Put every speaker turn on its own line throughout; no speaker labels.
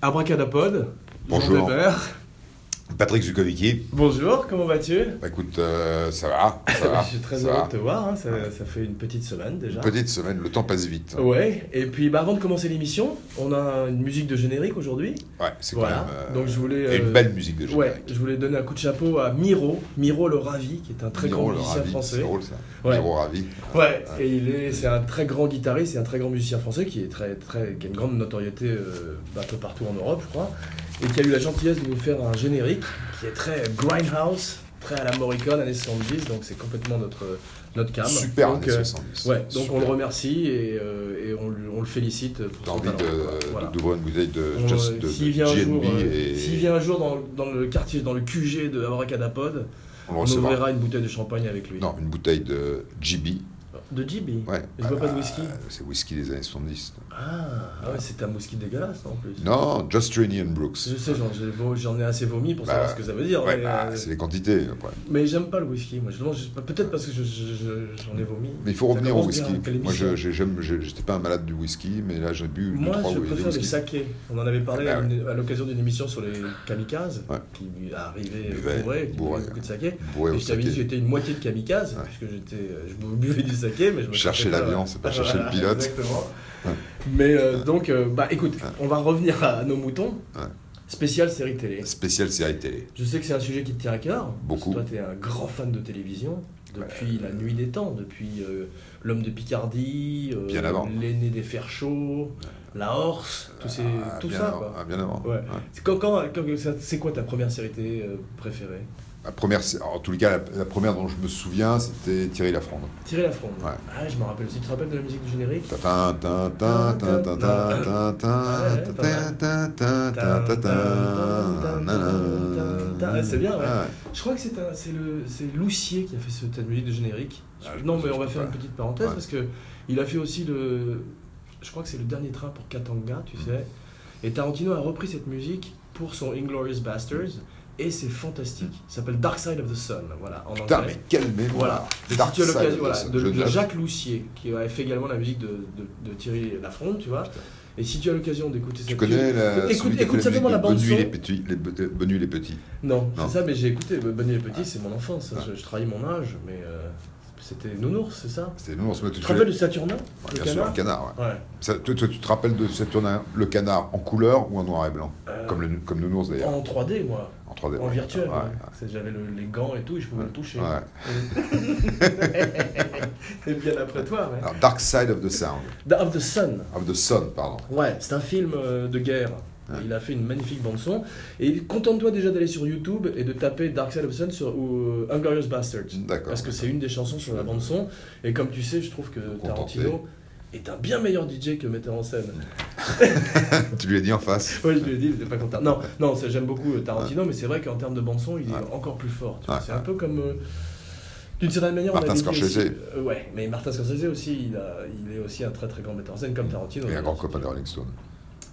Abracadapod.
Bonjour.
Jean Weber.
Patrick Zukovicki,
Bonjour, comment vas-tu
bah, écoute, euh, ça va, ça va,
Je suis très
ça
heureux
va.
de te voir, hein, ça, ça fait une petite semaine déjà.
Petite semaine, le temps passe vite. hein.
Ouais, et puis bah, avant de commencer l'émission, on a une musique de générique aujourd'hui.
Ouais, c'est
Oh. Voilà,
quand même. euh,
donc je voulais.
et
euh,
une belle musique de jeu.
Ouais, je voulais donner un coup de chapeau à Miro, Miro le Ravi, qui est un très grand musicien
C'est
français.
drôle ça.
Ouais.
Miro Ravi. Euh,
Ouais, et il est, c'est un très grand guitariste et un très grand musicien français qui est très, très, qui a une grande notoriété euh, un peu partout en Europe, je crois, et qui a eu la gentillesse de nous faire un générique qui est très grindhouse, très à la Morricone années 70, donc c'est complètement notre notre cam.
Super
donc,
années
euh,
70.
ouais, donc on
Super.
le remercie et, euh, et on, lui- on le félicite pour
T'as
son
envie
talent.
de-
Voilà.
de- d'ouvrir une bouteille de
On,
Just
euh,
de,
s'il
de
vient un jour,
GNB
euh,
et
s'il vient un jour dans, dans le quartier, dans le QG de Abracadapod,
on le
on
recevra.
ouvrira une bouteille de champagne avec lui.
Non, une bouteille de GB.
De JB.
Ouais. Euh, ah,
Je bois pas de whisky.
C'est whisky des années 70.
Ah, ah ouais, c'est un mosquito dégueulasse en plus.
Non, Just Rainy and Brooks.
Je sais, j'en- j'ai vo- j'en ai assez vomi pour
Bah,
savoir ce que ça veut dire.
Ouais,
mais
bah,
euh,
c'est les quantités après.
mais j'aime pas le whisky. Moi, je demande- je- peut-être parce que je- je- je- j'en ai vomi.
Mais il faut
Ça
revenir au
commence bien,
whisky.
quelle
Moi,
émission.
je- j'ai- j'aime- j'ai- j'étais pas un malade du whisky, mais là, j'ai bu deux,
Moi,
trois
je
bouteilles de
préfère le
whisky.
saké. On en avait parlé
Ah bah
à une- à l'occasion d'une émission sur les kamikazes
Ouais.
qui arrivaient
Buvaient,
bourrés, qui
bourrés.
buvaient beaucoup de saké.
Ouais, au
et je t'avais
saké.
dit que j'étais une moitié de kamikaze,
Ouais.
puisque j'étais, euh, je bu- buvais du saké, mais je me
Chercher
cherchais pas.
l'avion, c'est pas chercher le
Voilà,
pilote.
Exactement.
Ouais.
Mais euh, donc, euh, bah écoute,
Ouais.
on va revenir à nos moutons.
Ouais.
Spécial série télé.
Spécial série télé.
Je sais que c'est un sujet qui te tient à cœur.
Beaucoup. Euh,
Parce que toi, tu es un grand fan de télévision depuis la nuit des temps, depuis euh, L'homme de Picardie, euh,
Bien avant. Euh,
L'aîné des fers chauds, La Horse, tout, ces-
Ah,
tout
bien
ça.
avant,
quoi.
ah, bien avant.
Ouais. C'est quand- quand- quand- ça- c'est quoi ta première série télé, euh, préférée
La première, c'est- alors, en tous les cas, la, la première dont je me souviens, c'était Thierry Lafronde.
Tirer la fronde.
Ouais.
Ah, je me rappelle. Si tu te rappelles de la musique du générique
Tatin, tin, tin, tin, tin, tin, tin,
Ouais,
tin, tin, tin, tin, tin, tin, tin, nanana.
Ouais, c'est bien, ouais.
Ah,
Je crois que c'est un- c'est le c'est Loussier qui a fait cette musique de générique.
Ah, je
non,
pense
mais
que
on
je
va
peux
faire
pas.
une petite parenthèse
Ouais.
parce que il a fait aussi le. Je crois que c'est le dernier train pour Katanga, tu
Mm.
sais. Et Tarantino a repris cette musique pour son Inglorious Basterds et c'est fantastique. Ça s'appelle Dark Side of the Sun, voilà, en
Mm. Putain,
anglais.
mais quelle mémoire
Voilà. Et si
Dark
tu as
Side
l'occasion,
of
voilà,
the
de,
Sun,
de
je note.
Jacques Loussier qui a fait également la musique de, de, de Thierry Lafronde, tu vois. Et si tu as l'occasion d'écouter cette
Tu connais la,
écoute, écoute,
celui qui a fait la musique
simplement la
de
bande
Bonne
son.
nuit les petits, les, be- euh, Bonne nuit les petits.
Non,
Non.
c'est ça, mais j'ai écouté. Bah, Bonne nuit les petits, c'est mon enfance. ça,
Ah.
Je, je trahis mon âge, mais euh, c'était Nounours, c'est ça
C'était nous, on se met tout
Tu
de
te
suite.
rappelles de Saturnin
Ouais,
Le
Bien sûr,
canard
le canard. ouais.
Ouais.
Ça, toi, toi, tu te rappelles de Saturnin, le canard en couleur ou en noir et blanc
Euh,
Comme le comme Nounours d'ailleurs,
En 3D, moi,
en 3D.
en
ouais.
virtuel.
Ouais,
ouais. C'est- J'avais le- les gants et tout, et je pouvais
Ouais.
le toucher.
ouais.
et bien après toi, ouais.
Alors, Dark Side of the Sound,
Da- Of the Sun.
of the Sun, pardon.
Ouais, c'est un film euh, de guerre.
Ouais.
Il a fait une magnifique bande-son. Et contente-toi déjà d'aller sur YouTube et de taper Dark Side of the Sun sur, ou euh, Inglorious Bastards.
D'accord.
Parce que c'est une des chansons sur la bande son. Et comme tu sais, je trouve que Tarantino est un bien meilleur DJ que metteur en scène.
Tu lui as dit en face.
Ouais, je lui ai dit, j'étais pas content. Non, non, ça, j'aime beaucoup euh, Tarantino, mais c'est vrai qu'en termes de bande son, il est
Ouais.
encore plus fort. tu vois.
Ouais,
C'est
ouais.
un peu comme. euh, d'une certaine manière, on
Martin
a dit aussi-
Scorsese.
euh, ouais, mais Martin Scorsese aussi, il, a- il est aussi un très très grand metteur en scène comme Tarantino.
Et un
d'ailleurs.
grand copain de Rolling Stone.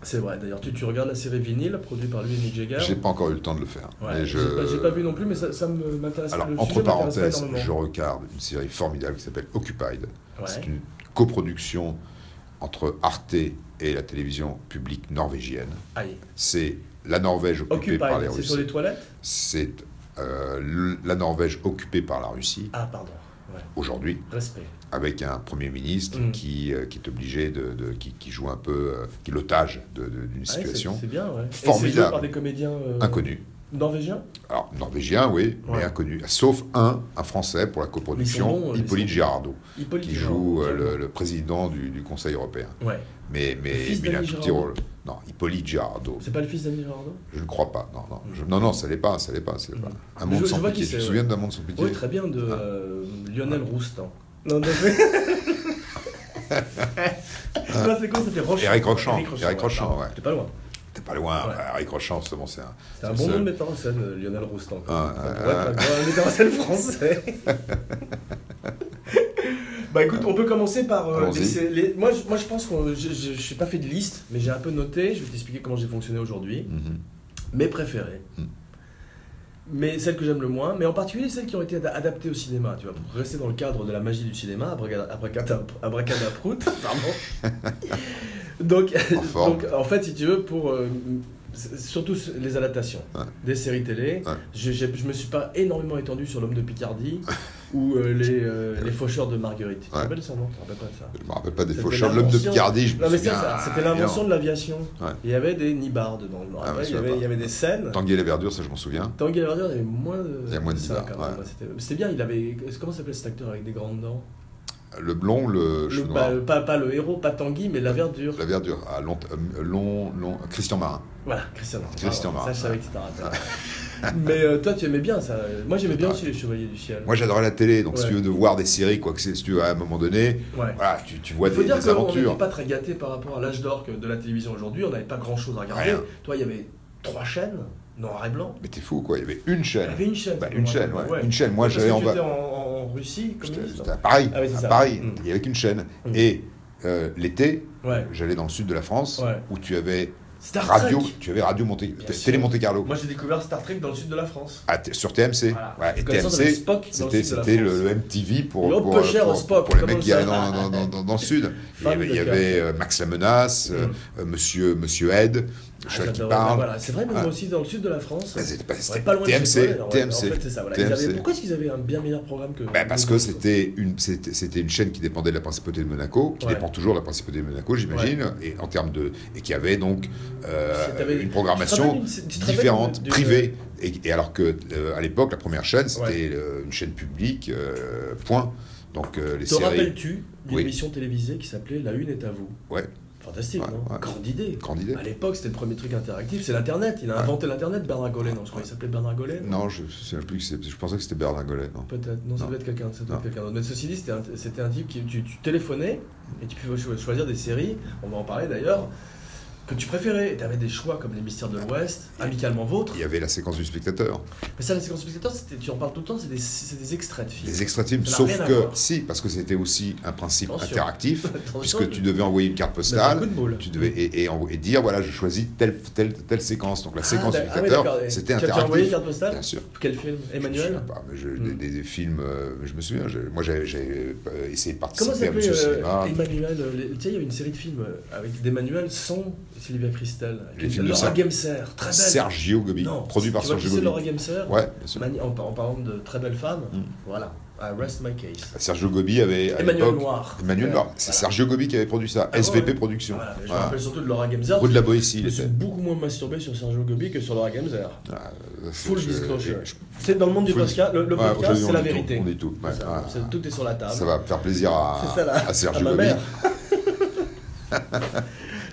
C'est vrai. D'ailleurs, tu, tu regardes la série Vinyl produite par lui et Mick Jagger.
J'ai pas encore eu le temps de le faire.
Ouais,
mais
j'ai
je...
pas, j'ai pas vu non plus, mais ça, ça me- m'intéresse.
Alors,
le
entre
sujet m'intéresse
parenthèses,
énormément.
je regarde une série formidable qui s'appelle Occupied.
Ouais.
C'est une coproduction entre Arte et la télévision publique norvégienne.
Aïe.
C'est la Norvège occupée
Occupy,
par les
c'est sur les
Russes.
toilettes
C'est euh, le- la Norvège occupée par la Russie
Ah, pardon. Ouais.
aujourd'hui,
Respect.
avec un premier ministre
Mm.
qui, euh, qui est obligé de, de- qui, qui joue un peu, euh, qui est l'otage de- de- d'une
Ouais,
situation
c'est- C'est bien, ouais. Et c'est joué
formidable.
par des comédiens euh,
inconnue.
norvégiens
Alors norvégien, oui,
Ouais.
mais inconnu. Sauf un, un français pour
Mais
la
ils sont
coproduction,
bons, euh, ils
Hippolyte
sont-
Girardot,
Hippolyte
qui
Girardot,
joue euh,
j'aime
le, le président du, du Conseil européen.
beaucoup. Ouais.
Mais, mais, mais
fils
il a un
d'Annie
tout petit
Girardot.
rôle. Non, Hippolyte Girardot.
C'est pas le fils d'Annie Girardot
Je ne crois pas. Non, non,
Mm.
Je- non, non ça l'est pas, ça l'est pas, ça l'est pas.
Mm.
Un monde
Je- je
sans
vois qui
pitié. Tu
c'est,
te
ouais.
souviens d'un monde sans pitié
Oui, très bien, de
Ah.
euh, Lionel Roustan. Non, non, mais... Non, c'est quoi C'était Rochon.
Eric Rochon, Eric
ouais,
Rochon,
pardon,
ouais.
T'es pas loin.
T'es pas loin.
Ouais.
Harry Crochant, justement, c'est un.
C'est un
le
bon
seul.
nom de metteur en scène, euh, Lionel Roustan. quoi.
Ah,
Ça
ah,
pourrait être
ah.
un grand metteur en scène français. bah écoute, on peut commencer par. euh,
Allons-y.
les- c'est- les- Moi, je, moi, je pense que je, je, je suis pas fait de liste, mais j'ai un peu noté. Je vais t'expliquer comment j'ai fonctionné aujourd'hui.
Mhm.
Mes préférées.
Mm.
Mais celles que j'aime le moins, mais en particulier celles qui ont été ada- adaptées au cinéma, tu vois, pour rester dans le cadre de la magie du cinéma, abracada- abracada- abracadaprout, pardon. donc,
En forme.
donc, en fait, si tu veux, pour euh, c'est- surtout ce- les adaptations
Ouais.
des séries télé.
Ouais.
Je, j'ai- je me suis pas énormément étendu sur L'homme de Picardie ou euh, les, euh, les faucheurs de Marguerite. Tu te
Ouais.
rappelles ça, non Tu te rappelles pas de ça
Je me rappelle pas des
C'était
faucheurs. L'homme de
l'invention.
Picardie, je me
Non mais c'est
souviens.
ça, c'était
ah,
l'invention de l'aviation.
Ouais. Ah,
Il y avait des nibards dedans, je me rappelle.
mais je
il, y
sais
avait,
pas.
il y avait des scènes.
énorme. Tanguy et la verdure, ça je m'en souviens.
Tanguy Laverdure, il y avait moins de.
Il y a moins de
ça,
nibards,
quand même.
ouais.
C'était- C'était bien, il avait. Comment s'appelait cet acteur avec des grandes dents
Le blond, le,
Le-
cheveu noir.
pas, pas- pas le héros, pas Tanguy, mais la verdure.
La verdure, ah, long, euh, long, long, Christian Marin.
Voilà, Christian Martin.
Christian
Pardon,
Martin,
Ça, je savais que c'était un rappel. mais euh, toi, tu aimais bien ça. Moi, j'aimais bien aussi Les Chevaliers du Ciel.
Moi j'adorais la télé, donc si
Ouais.
tu veux de voir des séries, quoi que c'est, si tu veux, à un moment donné,
Ouais.
voilà, tu, tu vois
Il faut
des,
dire
des
qu'on n'était
aventures.
pas très gâté par rapport à l'âge d'or que- de la télévision aujourd'hui. On n'avait pas grand chose à regarder.
Rien.
Toi, il y avait trois chaînes, noir et blanc.
Mais t'es fou quoi, il y avait une
Il y
chaîne.
avait une chaîne.
Bah,
je me
une chaîne, ouais.
rappelle.
Une chaîne. Moi
Parce que
j'allais en
tu
bas.
étais en, en- en Russie,
J'étais
communiste.
j'étais à Paris.
Ah oui, c'est
à
ça.
Paris.
Mm.
Il n'y avait qu'une chaîne.
Mm.
Et euh, l'été,
Ouais.
j'allais dans le sud de la France
Ouais.
où tu avais
Star
radio,
Trek.
tu avais radio Monte,
sûr.
télé Monte Carlo.
Moi, j'ai découvert Star Trek dans le sud de la France.
À t- sur TMC.
Voilà.
Voilà. Et
Parce que ça, on avait
TMC,
Spock dans le
c'était
sud de la
c'était
France.
le, le MTV pour,
Et on
pour,
peut cher au
pour,
Spock,
pour les
comment
mecs qui allaient
ça
dans, dans- dans- dans- dans le sud. Il y avait, il y
Formidable.
avait, euh, Max la menace, euh,
Mm.
euh, Monsieur, Monsieur Ed,
Ah,
Chat qui
j'adorais.
parle.
Voilà, c'est vrai, mais
Ah.
moi aussi, dans le sud de la France.
Bah, c'était pas-
Ouais,
c'était
pas loin de chez
TMC,
toi, alors, ouais. En
TMC.
fait, c'est ça. Voilà. Ils avaient-
TMC.
Pourquoi est-ce qu'ils avaient un bien meilleur programme que.
Bah, parce que c'était une c'était c'était une chaîne qui dépendait de la principauté de Monaco, qui
Ouais.
dépend toujours de la principauté de Monaco, j'imagine, et en termes de et qui avait donc euh,
Si t'avais-
une
tu
programmation
te rappelles d'une- tu te rappelles
différente,
d'une- d'une-
privée. Et, et alors que euh, à l'époque, la première chaîne, c'était
Ouais.
euh, une chaîne publique. euh, point. Donc euh, les
Te
séries,
rappelles-tu d'une
Oui.
émission télévisée qui s'appelait La Une est à vous
Ouais.
Fantastique,
Ouais,
non
ouais.
Grande idée.
grande idée.
À l'époque, c'était le premier truc interactif, c'est l'Internet. Il a inventé l'Internet, Bernard Gollet, non Je crois qu'il s'appelait Bernard Gollet
Non, je, je sais plus. que c'est- Je pensais que c'était Bernard Gollet. Non.
Peut-être, non, ça
Non.
devait être quelqu'un ça devait être
Non.
quelqu'un d'autre. Mais ceci dit, c'était un, c'était un type qui. Tu, tu téléphonais et tu pouvais cho- choisir des séries, on va en parler d'ailleurs, que tu préférais. Et t'avais des choix comme Les Mystères de l'Ouest, Amicalement Vôtre.
Il y avait la séquence du spectateur,
Mais ça, la séquence spectateur, c'était- tu en parles tout le temps, c'est des, c'est des extraits de films.
les extra films,
Ça n'a
sauf
rien à
que
voir.
si, parce que c'était aussi un principe
Attention.
interactif,
Attention, Bah,
puisque tu
mais-
devais envoyer une carte
mais
postale,
un coup de boule.
Tu devais et, et, en- et dire voilà je choisis telle telle telle séquence donc la séquence
Ah,
du
d'ac- ah oui,
dictateur
d'accord, et
c'était
Tu as- tu as envoyé une
interactif
carte postale
bien sûr
Quel film
je me
Emmanuel
souviens pas mais je-
Hmm.
des, des- des films euh, je me souviens j'ai- moi j'ai j'ai, euh, essayé de
Comment
participer à
s'appelait
Monsieur
euh,
Cinéma
Emmanuel euh, les- Tu sais, il y avait une série de films euh, avec des manuels sans Sylvia Kristel. avec
Les
une-
films de
Laura
Serge-
Gemser, très belle.
Sergio Gobi
Non,
produit par
tu vois qui
Sergio
C'est Laura
Gobi
Gemser,
ouais bien sûr.
mani- en, par- en parlant de très belle femme.
Mm.
Voilà, I rest my case.
Sergio Gobi avait à
Emmanuel
l'époque
Noir.
Emmanuel
Euh,
Noir c'est
voilà.
Sergio Gobi qui avait produit ça
Ah ouais,
SVP
ouais.
Productions
Voilà, mais je me
Voilà.
rappelle surtout de Laura Gemser.
Rue de la Boétie
Je
il
me suis
était
beaucoup moins masturbé sur Sergio Gobi que sur Laura Gemser.
Ah, euh,
Full
je-
disclosure.
je-
C'est dans le monde du
Full-
podcast, le, le
Ouais,
podcast
aujourd'hui,
c'est
on
la
dit tout,
vérité.
on dit tout ouais,
C'est ça,
voilà.
c'est- tout est sur la table.
ça va faire plaisir à,
C'est ça, là.
à
à
Sergio
ma
Gobi.
mère.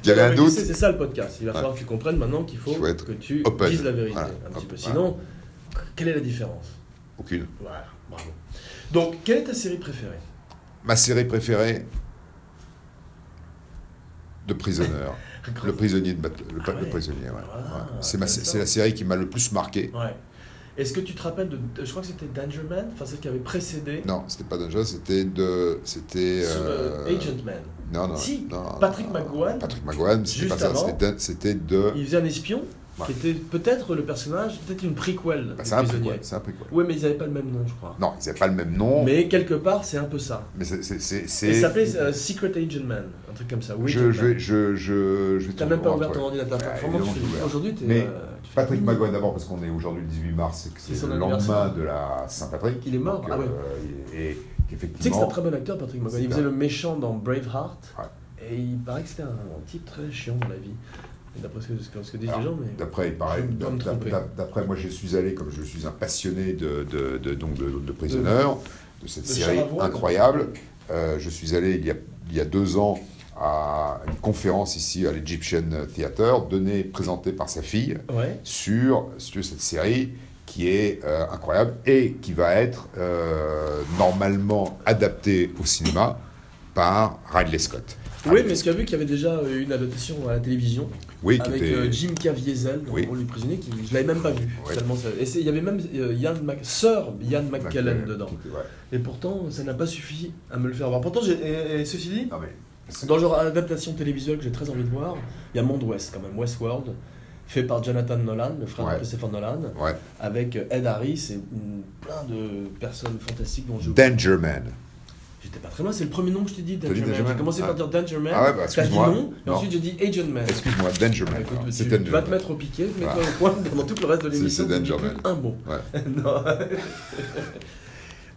Il y avait
Non,
un
mais
doute.
tu sais, C'est ça le podcast. Il va
Ouais.
falloir que tu comprennes maintenant qu'il faut,
Il faut être
que tu
open.
dises la vérité
Voilà.
un petit
Hop,
peu.
voilà.
Sinon, quelle est la différence
Aucune.
Voilà, bravo. Donc, quelle est ta série préférée
Ma série préférée de Prisoner. le prisonnier de Bat- le, pa-
Ah
le
ouais.
prisonnier, ouais.
Ah,
Ouais. C'est ma-
intéressant.
c'est la série qui m'a le plus marqué.
Ouais. Est-ce que tu te rappelles de. Je crois que c'était Danger Man, enfin celle qui avait précédé.
Non, c'était pas Dungeon, c'était de. C'était.
ce-
euh,
euh, Agent Man.
Non, non.
Si,
non, non,
Patrick
non,
McGowan.
Patrick McGowan,
Juste
c'était pas ça.
avant.
c'était de- C'était de. bah,
Il faisait un espion
euh, Ouais.
qui était peut-être le personnage, peut-être une prequel.
Bah,
du
c'est un
prisonnier.
préquel. C'est un préquel.
Ouais, mais ils n'avaient pas le même nom, je crois.
Non, ils n'avaient pas le même nom. Mais,
Mais quelque part, c'est un peu ça.
c'est- c'est- c'est. c'est-
Il s'appelait euh, Secret Agent Man, un truc comme ça. Oui,
Je,
Agent
je,
Man.
vais- je, je, je vais
T'as
te
même pas
le
ouvert ton
retrouver.
ordinateur.
Ouais,
Vraiment, tu
évidemment,
fais-
j'ai ouvert.
Aujourd'hui, t'es.
Mais
euh, tu fais-
Patrick McGowan d'abord parce qu'on est aujourd'hui le 18 mars et que
C'est
c'est
son
le
anniversaire.
lendemain de la Saint-Patrick.
Il est mort,
Donc,
ah ouais.
euh, il- et qu'effectivement.
Tu sais que c'est un très bon acteur, Patrick McGowan. Il
C'est
faisait
un-
le méchant dans Braveheart.
Ouais.
Et il paraît que c'était un, un type très chiant dans la vie. Et D'après ce que, ce que- ce que disent
Alors,
les gens, mais.
D'après, il
Je
paraît-
ne peux pas me
d'ap-
tromper.
d'ap- d'après moi, je suis allé, comme je suis un passionné de, de, de- donc de, de Prisoner, de cette
de
série
Charavoie,
incroyable, euh, je suis allé il y, a, il y a deux ans à une conférence ici à l'Egyptian Theater, donnée, présentée par sa fille,
Ouais.
sur, sur cette série qui est euh, incroyable et qui va être euh, normalement adaptée au cinéma par Ridley Scott.
Oui, mais tu as vu qu'il y avait déjà eu une adaptation à la télévision
Oui, qui
avec
était-
euh, Jim Caviezel dans
Oui.
le rôle du prisonnier, qui je l'avais même pas vu.
Ouais.
tellement ça- Et c'est- il y avait même euh, Ian Mac, Sir Ian McKellen dedans.
qui était- ouais.
Et pourtant, ça n'a pas suffi à me le faire voir. Pourtant, j'ai- et, et ceci dit,
Non, mais c'est-
Dans le genre adaptation télévisuelle que j'ai très envie de voir, il y a Monde Ouest quand même, Westworld, fait par Jonathan Nolan, le frère de
Ouais.
Christopher Nolan, euh,
ouais.
avec Ed Harris et mm, plein de personnes fantastiques dont je
Danger Man.
J'étais pas très loin, c'est le premier nom que je t'ai dit,
dit
Dangerman.
Dangerman
J'ai commencé
Ah.
par dire Dangerman,
Ah ouais, bah,
t'as dit
excuse-moi.
non, et
Non.
ensuite j'ai dit Agent Man. Ah,
Excuse-moi, Danger Man.
Écoute,
alors.
tu
C'est
vas
Danger
te
Man.
mettre au piqué, mets-toi
Voilà.
au point pendant tout le reste de
C'est-
l'émission.
c'est
tu dis
Danger
plus Un mot.
Ouais.
Non.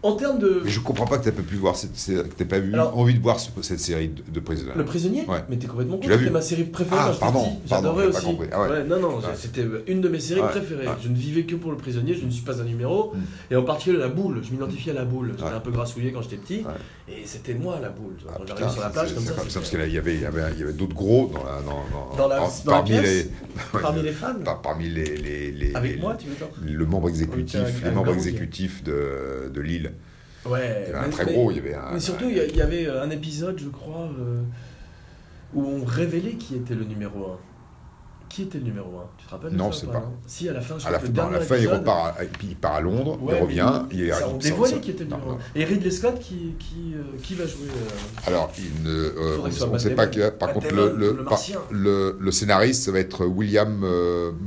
en termes de.
Mais je comprends pas que t'as pas pu voir cette, cette- que t'aies pas eu
Alors-
envie de voir ce- cette série de, de prisonniers.
Le prisonnier
Ouais.
Mais t'es complètement con,
Tu l'as
c'était
vu
ma série préférée
Ah,
quand j'étais
pardon,
petit.
pardon,
J'adorais
j'ai pas
aussi.
compris. Ah ouais.
non, non, j'ai-
Ouais.
c'était euh, une de mes séries
Ouais,
préférées.
ouais.
Je ne vivais que pour le prisonnier, je ne suis pas un numéro.
Mm.
Et en particulier la boule, je m'identifiais à la boule. J'étais
Ouais. Ah,
un peu grassouillé quand j'étais petit. Et c'était moi la boule. tu vois. Quand j'arrivais sur la plage, comme ça.
ça, parce
c'était-
qu'il y avait, il y avait, il y avait d'autres gros dans la, dans, dans-
Dans la-
par-
dans la
parmi
pièce
les,
Parmi les fans
par- parmi les, les, les-
Avec
les-
moi, tu veux dire
le membre
On était
exécutif,
un-
les
un
membres
gang.
exécutifs de, de Lille.
Ouais.
Il y avait un
mais-
très
mais-
gros, il y avait un.
Mais surtout, il y, a- il y avait euh, un épisode, je crois, euh, où on révélait qui était le numéro 1. Qui était le numéro 1 Tu te rappelles de
Non,
ça ou
c'est pas.
Si, à la fin, je
à la,
crois que
fin-
le
non, à la
dernier
fin, il
épisode-
repart, à, puis il part à Londres,
Ouais, mais
il revient, il est
Ça, on
il-
dévoilait
ça-
qui était le
non,
numéro
non.
1. Et Ridley Scott, qui, qui, euh, qui va jouer euh,
Alors, il ne, euh,
Faudrait que ce
on
soit
ne sait
Matt
pas
Damon.
qui. Par
Matt
contre,
Damon,
le, le,
le
par-
Martien.
le- le scénariste, ça va être William euh, M-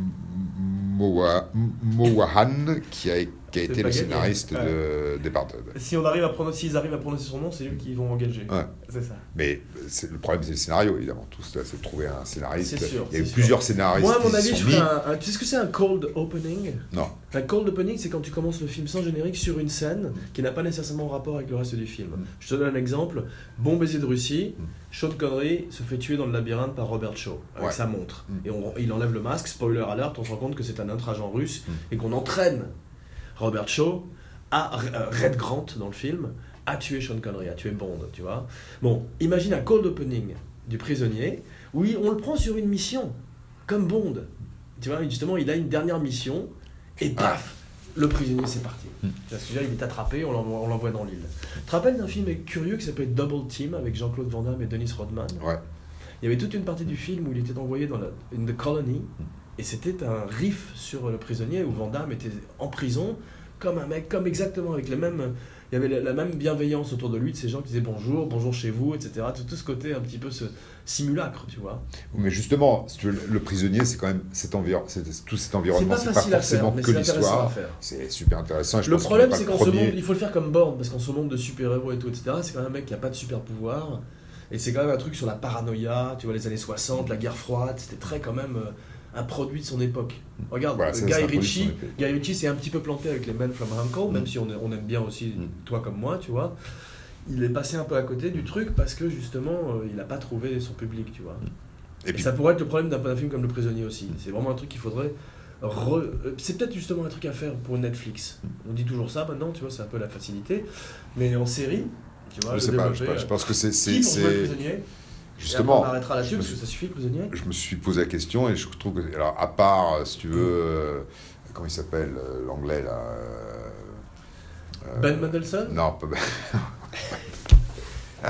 Mowa- M- Mowahan, qui a, qui a
C'est
été
pas gagné.
le
hein.
scénariste
Ouais.
de Departed.
Si on arrive à prononcer, s'ils arrivent à prononcer son nom, c'est lui qu'ils vont engager.
Ouais.
C'est ça.
Mais c'est- le problème, c'est le scénario, évidemment. Tout cela, c'est de trouver un scénariste.
C'est sûr,
Il y a eu
c'est
plusieurs scénaristes.
Moi, à
qui
mon
se
avis,
Ah, sont
je
mis.
ferais un, un- Tu sais ce que c'est un cold opening
Non,
Un cold opening, c'est quand tu commences le film sans générique sur une scène qui n'a pas nécessairement rapport avec le reste du film.
Mm.
Je te donne un exemple. Bon baiser de Russie,
Mm.
Sean Connery se fait tuer dans le labyrinthe par Robert Shaw avec
Ouais.
sa montre.
Mm.
Et on- il enlève le masque, spoiler alert, on se rend compte que c'est un autre agent russe
Mm.
et qu'on entraîne Robert Shaw à euh, Red Grant dans le film à tuer Sean Connery, à tuer Bond, tu vois. Bon, imagine un cold opening du prisonnier où il- on le prend sur une mission, comme Bond. Tu vois, justement, il a une dernière mission et paf, le prisonnier, c'est parti.
Hmm.
Tu vois, ce sujet, il est attrapé, on l'envoie on l'envoie dans l'île. Tu te rappelles d'un film curieux qui s'appelait Double Team avec Jean-Claude Van Damme et Dennis Rodman
ouais.
Il y avait toute une partie du film où il était envoyé dans la, in the colony
Mm.
et c'était un riff sur le prisonnier où Van Damme était en prison comme un mec, comme exactement avec la même. Il y avait la, la même bienveillance autour de lui, de ces gens qui disaient bonjour, bonjour chez vous, etc. Tout, tout ce côté un petit peu ce simulacre, tu vois.
Mais justement, si tu veux, le prisonnier, c'est quand même cet environ- c'est- tout cet
C'est
environnement.
pas
C'est pas,
facile à
forcément
faire, mais
que
c'est intéressant à
l'histoire.
faire.
C'est super intéressant. et je
Le
pense qu'on
problème,
n'est pas
c'est
le
qu'en ce
premier.
monde, il faut le faire comme Bourne, parce qu'en ce monde de super-héros et tout, etc., c'est quand même un mec qui a pas de super-pouvoir. Et c'est quand même un truc sur la paranoïa, tu vois, les années 60, la guerre froide, c'était très quand même euh, un produit de son époque. Regarde,
Voilà,
euh,
ça, c'est un
Guy,
produit de son
Ritchie,
époque.
Guy Ritchie s'est un petit peu planté avec les Men from Uncle, même
Mm.
si on, on aime bien aussi,
Mm.
toi comme moi, tu vois. Il est passé un peu à côté du truc parce que justement, euh, il n'a pas trouvé son public, tu vois.
Et
Et
puis,
ça pourrait être le problème d'un d'un film comme Le Prisonnier aussi. C'est vraiment un truc qu'il faudrait. re- euh, C'est peut-être justement un truc à faire pour Netflix. On dit toujours ça maintenant, tu vois, c'est un peu la facilité. Mais en série, tu vois,
je
le
sais pas, je sais
développer,
pas, je pense que c'est-
euh, qui
c'est
pour jouer le
c'est-
prisonnier Et après,
justement.
on arrêtera là-dessus
je me
parce que ça suffit le prisonnier.
je me suis posé la question et je trouve que. Alors, à part, euh, si tu veux, euh, comment il s'appelle euh, l'anglais là euh, euh,
Ben Mendelssohn
Non, pas Ben.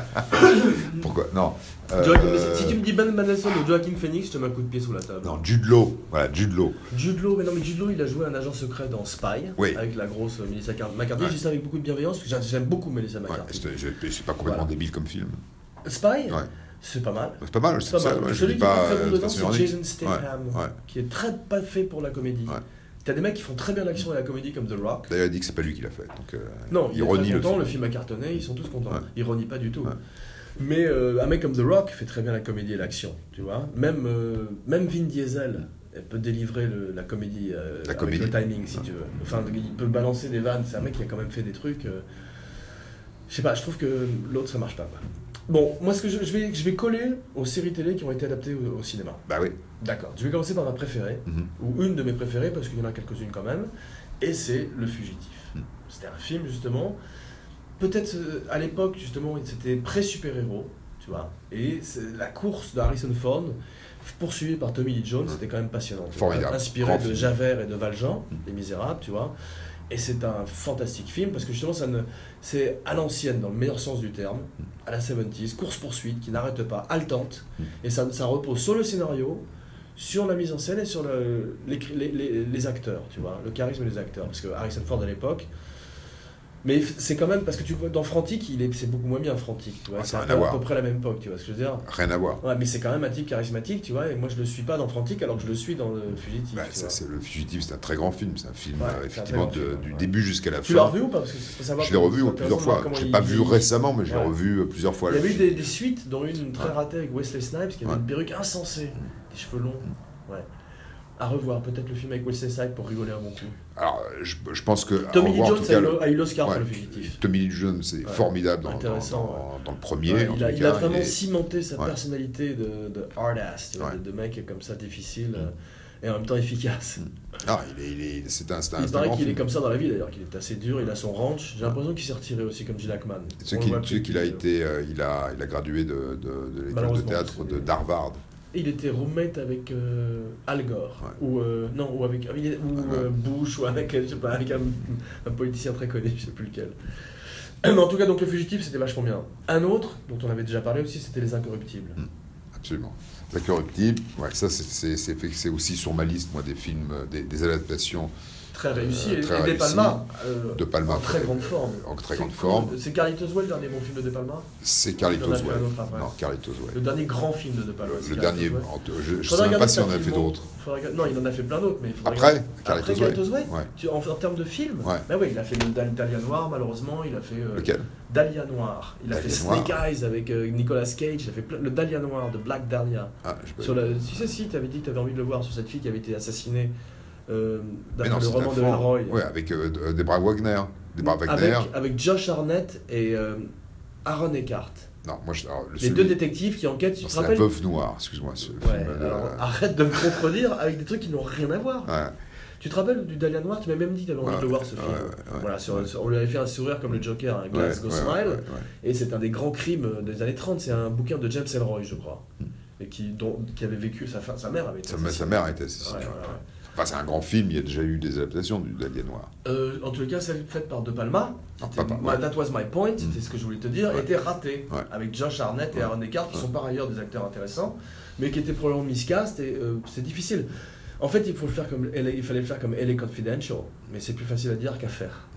Pourquoi Non. euh,
Joaquin- mais Si tu me dis Ben Mendelssohn ou Joaquin Phoenix, je te mets un coup de pied sous la table.
Non, Jude Law. Voilà, Jude Law.
Jude Law, mais non, mais Jude Law, il a joué un agent secret dans Spy
Oui.
avec la grosse euh, Melissa Car- McCarthy.
Ouais.
Je dis ça avec beaucoup de bienveillance parce que j'a- j'aime beaucoup Melissa
Ouais,
McCarthy.
c'est c'est- c'est pas complètement
Bah, Voilà.
débile comme film.
Spy,
Ouais.
c'est pas mal.
C'est pas mal,
C'est
c'est
pas
ça.
mal.
ouais, je
Celui
dis
qui est pas
pas,
très
euh,
bon
de
dedans,
façon
c'est
ironique.
Jason Statham,
Ouais, ouais.
qui est très pas fait pour la comédie.
Ouais.
T'as des mecs qui font très bien l'action et la comédie comme The Rock.
D'ailleurs, il dit que c'est pas lui qui l'a fait. Donc, euh,
Non, il
ironie
est très
le
content,
film.
le film a cartonné, ils sont tous contents.
Ouais.
Ironie pas du tout.
Ouais.
Mais euh, un mec comme The Rock fait très bien la comédie et l'action, tu vois. Même, euh, même Vin Diesel elle peut délivrer le- la comédie, euh,
La
avec
comédie.
le timing si
Ouais.
tu veux. Enfin, il peut balancer des vannes, c'est un mec qui a quand même fait des trucs. euh, Je sais pas, je trouve que l'autre ça marche pas. quoi. Bon, moi ce que je, je vais, je vais coller aux séries télé qui ont été adaptées au- au cinéma.
Bah oui.
D'accord. Je vais commencer par ma préférée,
Mhm.
ou une de mes préférées, parce qu'il y en a quelques-unes quand même, et c'est Le Fugitif.
Mm.
C'était un film, justement. Peut-être euh, à l'époque, justement, c'était pré-super-héros, tu vois. Et c'est la course de Harrison Ford, poursuivie par Tommy Lee Jones, c'était quand même passionnant.
Hmm. Formidable.
Inspiré
Grand
de
film.
Javert et de Valjean,
Mm.
Les Misérables, tu vois. Et c'est un fantastique film parce que justement, ça ne... c'est à l'ancienne, dans le meilleur sens du terme, à la 70s, course-poursuite qui n'arrête pas, haletante.
Mm.
Et ça, ça repose sur le scénario, sur la mise en scène et sur le- les, les- les- les acteurs, tu vois, le charisme des acteurs. Parce que Harrison Ford à l'époque, Mais f- c'est quand même parce que tu vois, dans Frantic, il est, c'est beaucoup moins bien Frantic, tu vois.
Ah, ça
c'est
a
à
rien
peu,
à
à
voir.
peu près la même époque, tu vois ce que je veux dire.
Rien à voir.
Ouais, mais c'est quand même un type charismatique, tu vois. Et moi, je le suis pas dans Frantic, alors que je le suis dans le fugitif.
Bah,
tu
ça,
vois.
c'est le fugitif, c'est un très grand film. C'est un film
Ouais,
euh,
c'est un très
effectivement
grand
de-
film,
du
ouais.
début jusqu'à la
Tu l'as
fin.
revu ou pas Parce que c'est pour savoir
Je l'ai revu
c'est
plusieurs
intéressant de
fois.
voir comment
Je l'ai
il-
pas vu
il-
récemment, mais je l'ai
Ouais.
revu euh, plusieurs fois.
Il y
le
avait eu
film.
des, des suites, dont une très
Ouais.
ratée avec Wesley Snipes, qui avait
Ouais. Mm.
une perruque insensée, des cheveux longs. Ouais. À revoir, peut-être le film avec Wesley Snipes pour rigoler un bon coup.
Alors, je, je pense que. à
Tommy Lee
revoir, en
Jones
tout
a
cas,
eu
le-
le- a eu l'Oscar
Ouais.
pour le fugitif.
Tommy Lee Jones, c'est
Ouais.
formidable dans, dans-
Intéressant,
dans- dans le premier.
Ouais,
en
il, a,
tous les
il a
cas,
vraiment
et-
cimenté sa
Ouais.
personnalité de, de hard ass, tu vois,
Ouais.
de, de mec comme ça difficile
Mm.
euh, et en même temps efficace.
Ah, il est, il est- c'est un, c'est un-
il
c'est un
paraît
grand
qu'il est
film.
comme ça dans la vie d'ailleurs, qu'il est assez dur, il a son ranch. J'ai l'impression qu'il s'est retiré aussi comme Gene Hackman.
Ce
On le
qui-
voit
ce
plus
qu'il a
depuis, euh,
été, euh, il a, il a gradué de, de- de l'école de
Malheureusement,
théâtre
c'est-
de d'Harvard.
Il était roommate avec euh, Al Gore,
Ouais.
ou, euh, non, ou avec il est- ou,
Ah ouais.
euh, Bush, ou avec, je sais pas, avec un, un politicien très connu, je sais plus lequel. Mais en tout cas, donc le fugitif, c'était vachement bien. Un autre, dont on avait déjà parlé aussi, c'était Les Incorruptibles.
Absolument. La corruptible, ouais, ça c'est- c'est c'est fait que c'est aussi sur ma liste, moi, des films, euh, des, des adaptations
Très réussi.
Euh, très
et et De
réussi.
Palma, euh,
de Palma
en très grande forme.
en très
C'est
grande
cool.
forme.
C'est Carlitos Way, le dernier bon film de De Palma
C'est
Il y en
Carlitos
a fait
Way.
un autre après.
Non, Carlitos Way.
Le dernier grand film de De Palma.
Ah, Le,
c'est
le
Carlitos
dernier,
Way.
en- je ne sais
Faudrait
même pas
regarder
si on en a
Taxi
fait
Monde.
d'autres.
Faudrait regarder- Non, il en a fait plein d'autres, mais il faudrait
Après,
regarder-
Carlitos
Après
Way.
Carlitos Way
Ouais.
Tu- en, en termes de film
Ouais.
Bah oui, il a fait le Dal- Dahlia Noir, malheureusement, il a fait euh,
Lequel
Dahlia Noir, il a
Dahlia
fait
Noir.
Snake Eyes avec euh, Nicolas Cage, il a fait plein- le Dahlia Noir de Black Dahlia.
Ah, je sais pas.
Sur la, si, si, si, t'avais dit que t'avais envie de le voir sur cette fille qui avait été assassinée euh,
Mais
d'après
non,
le
c'est
roman de
affreux.
Elroy. Ah,
Ouais, avec euh, de- euh, Deborah Wagner. Deborah Wagner.
Avec, avec Josh Arnett et euh, Aaron Eckhart.
Non, moi, je, alors, le-
Les
celui-
deux détectives qui enquêtent, tu
non,
te
C'est la
rappelles
veuve noire, excuse-moi. Ce
Ouais,
film, euh,
alors, arrête de me contredire avec des trucs qui n'ont rien à voir.
ouais.
Tu te rappelles du Dahlia Noir Tu m'as même dit que tu avais envie
Ouais,
de le voir ce
ouais,
film.
ouais, ouais.
voilà, sur- sur- on lui avait fait un sourire comme le Joker, un
Ouais,
Glasgow
ouais,
Smile.
ouais, ouais.
Et c'est un des grands crimes des années 30. C'est un bouquin de James Ellroy, je crois.
Hmm.
Et qui, dont- qui avait vécu, sa, fa- sa mère avait été
Sa, ma- sa
assassinée.
mère a été
Ouais,
assassinée.
ouais, ouais.
Enfin, c'est un grand film, il y a déjà eu des adaptations du Dahlia Noir.
Euh, en tout cas, celle faite par De Palma,
Non,
c'était-
pas par-
my-
ouais. Hmm.
That Was My Point, c'était ce que je voulais te dire,
Ouais.
était ratée.
Ouais.
Avec Josh Arnett et
Ouais.
Aaron Eckhart, qui
Ouais.
sont par ailleurs des acteurs intéressants, mais qui étaient probablement miscast, et euh, c'est difficile. En fait, il, faut le faire comme LA il fallait le faire comme LA Confidential, mais c'est plus facile à dire qu'à faire.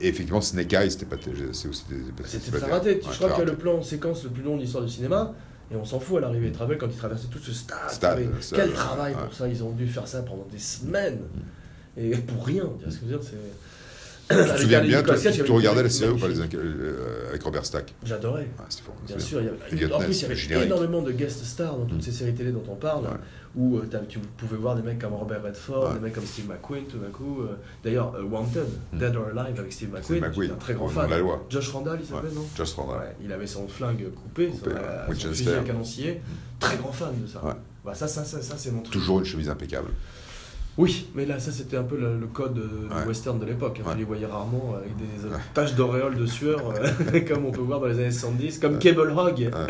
Et effectivement, Snake Eyes, c'était pas- c'est aussi des.
C'était
pas-
très raté.
ouais,
je crois
très
qu'il y a le
raté.
plan séquence le plus long de l'histoire du cinéma, et on s'en fout à l'arrivée de Travel quand il traversait tout ce stade.
Stade,
Mais
ça,
quel
ouais,
travail
ouais. Mm.
pour ça, ils ont dû faire ça pendant des semaines, et pour rien. Tu vois ce que je veux dire
Tu te souviens bien, toi, tu regardais la série
série
ou pas les Inca- euh, avec Robert Stack
J'adorais.
Ah, c'était fort, je me
Bien
souviens.
sûr, il y avait-
Elliot
en
Ness,
plus, il y
le
avait
générique.
énormément de guest stars dans toutes
Mm.
ces séries télé dont on parle,
Ouais.
où euh, t'as- tu pouvais voir des mecs comme Robert Redford,
Ouais.
des mecs comme Steve McQueen, tout d'un coup. euh, D'ailleurs, euh, Wanted,
Mm.
Dead or Alive avec Steve McQueen,
McQueen, Oh,
j'étais un très grand
au nom
fan.
de la loi.
Josh Randall, il s'appelle, non
Just Randall.
Ouais, Il avait son flingue coupé, son,
Coupé, ouais.
euh, son
Winchester.
fusil à canon scié. Très grand fan de ça.
Ouais.
Bah, ça, ça, ça, ça c'est mon truc.
Toujours une chemise impeccable.
Oui, mais là, ça, c'était un peu le, le code euh, du
Ouais.
western de l'époque. hein.
Ouais.
Tu les voyais rarement avec des euh, taches d'auréole de sueur, euh, comme on peut voir dans les années 70, comme Cable Hog.
Hein.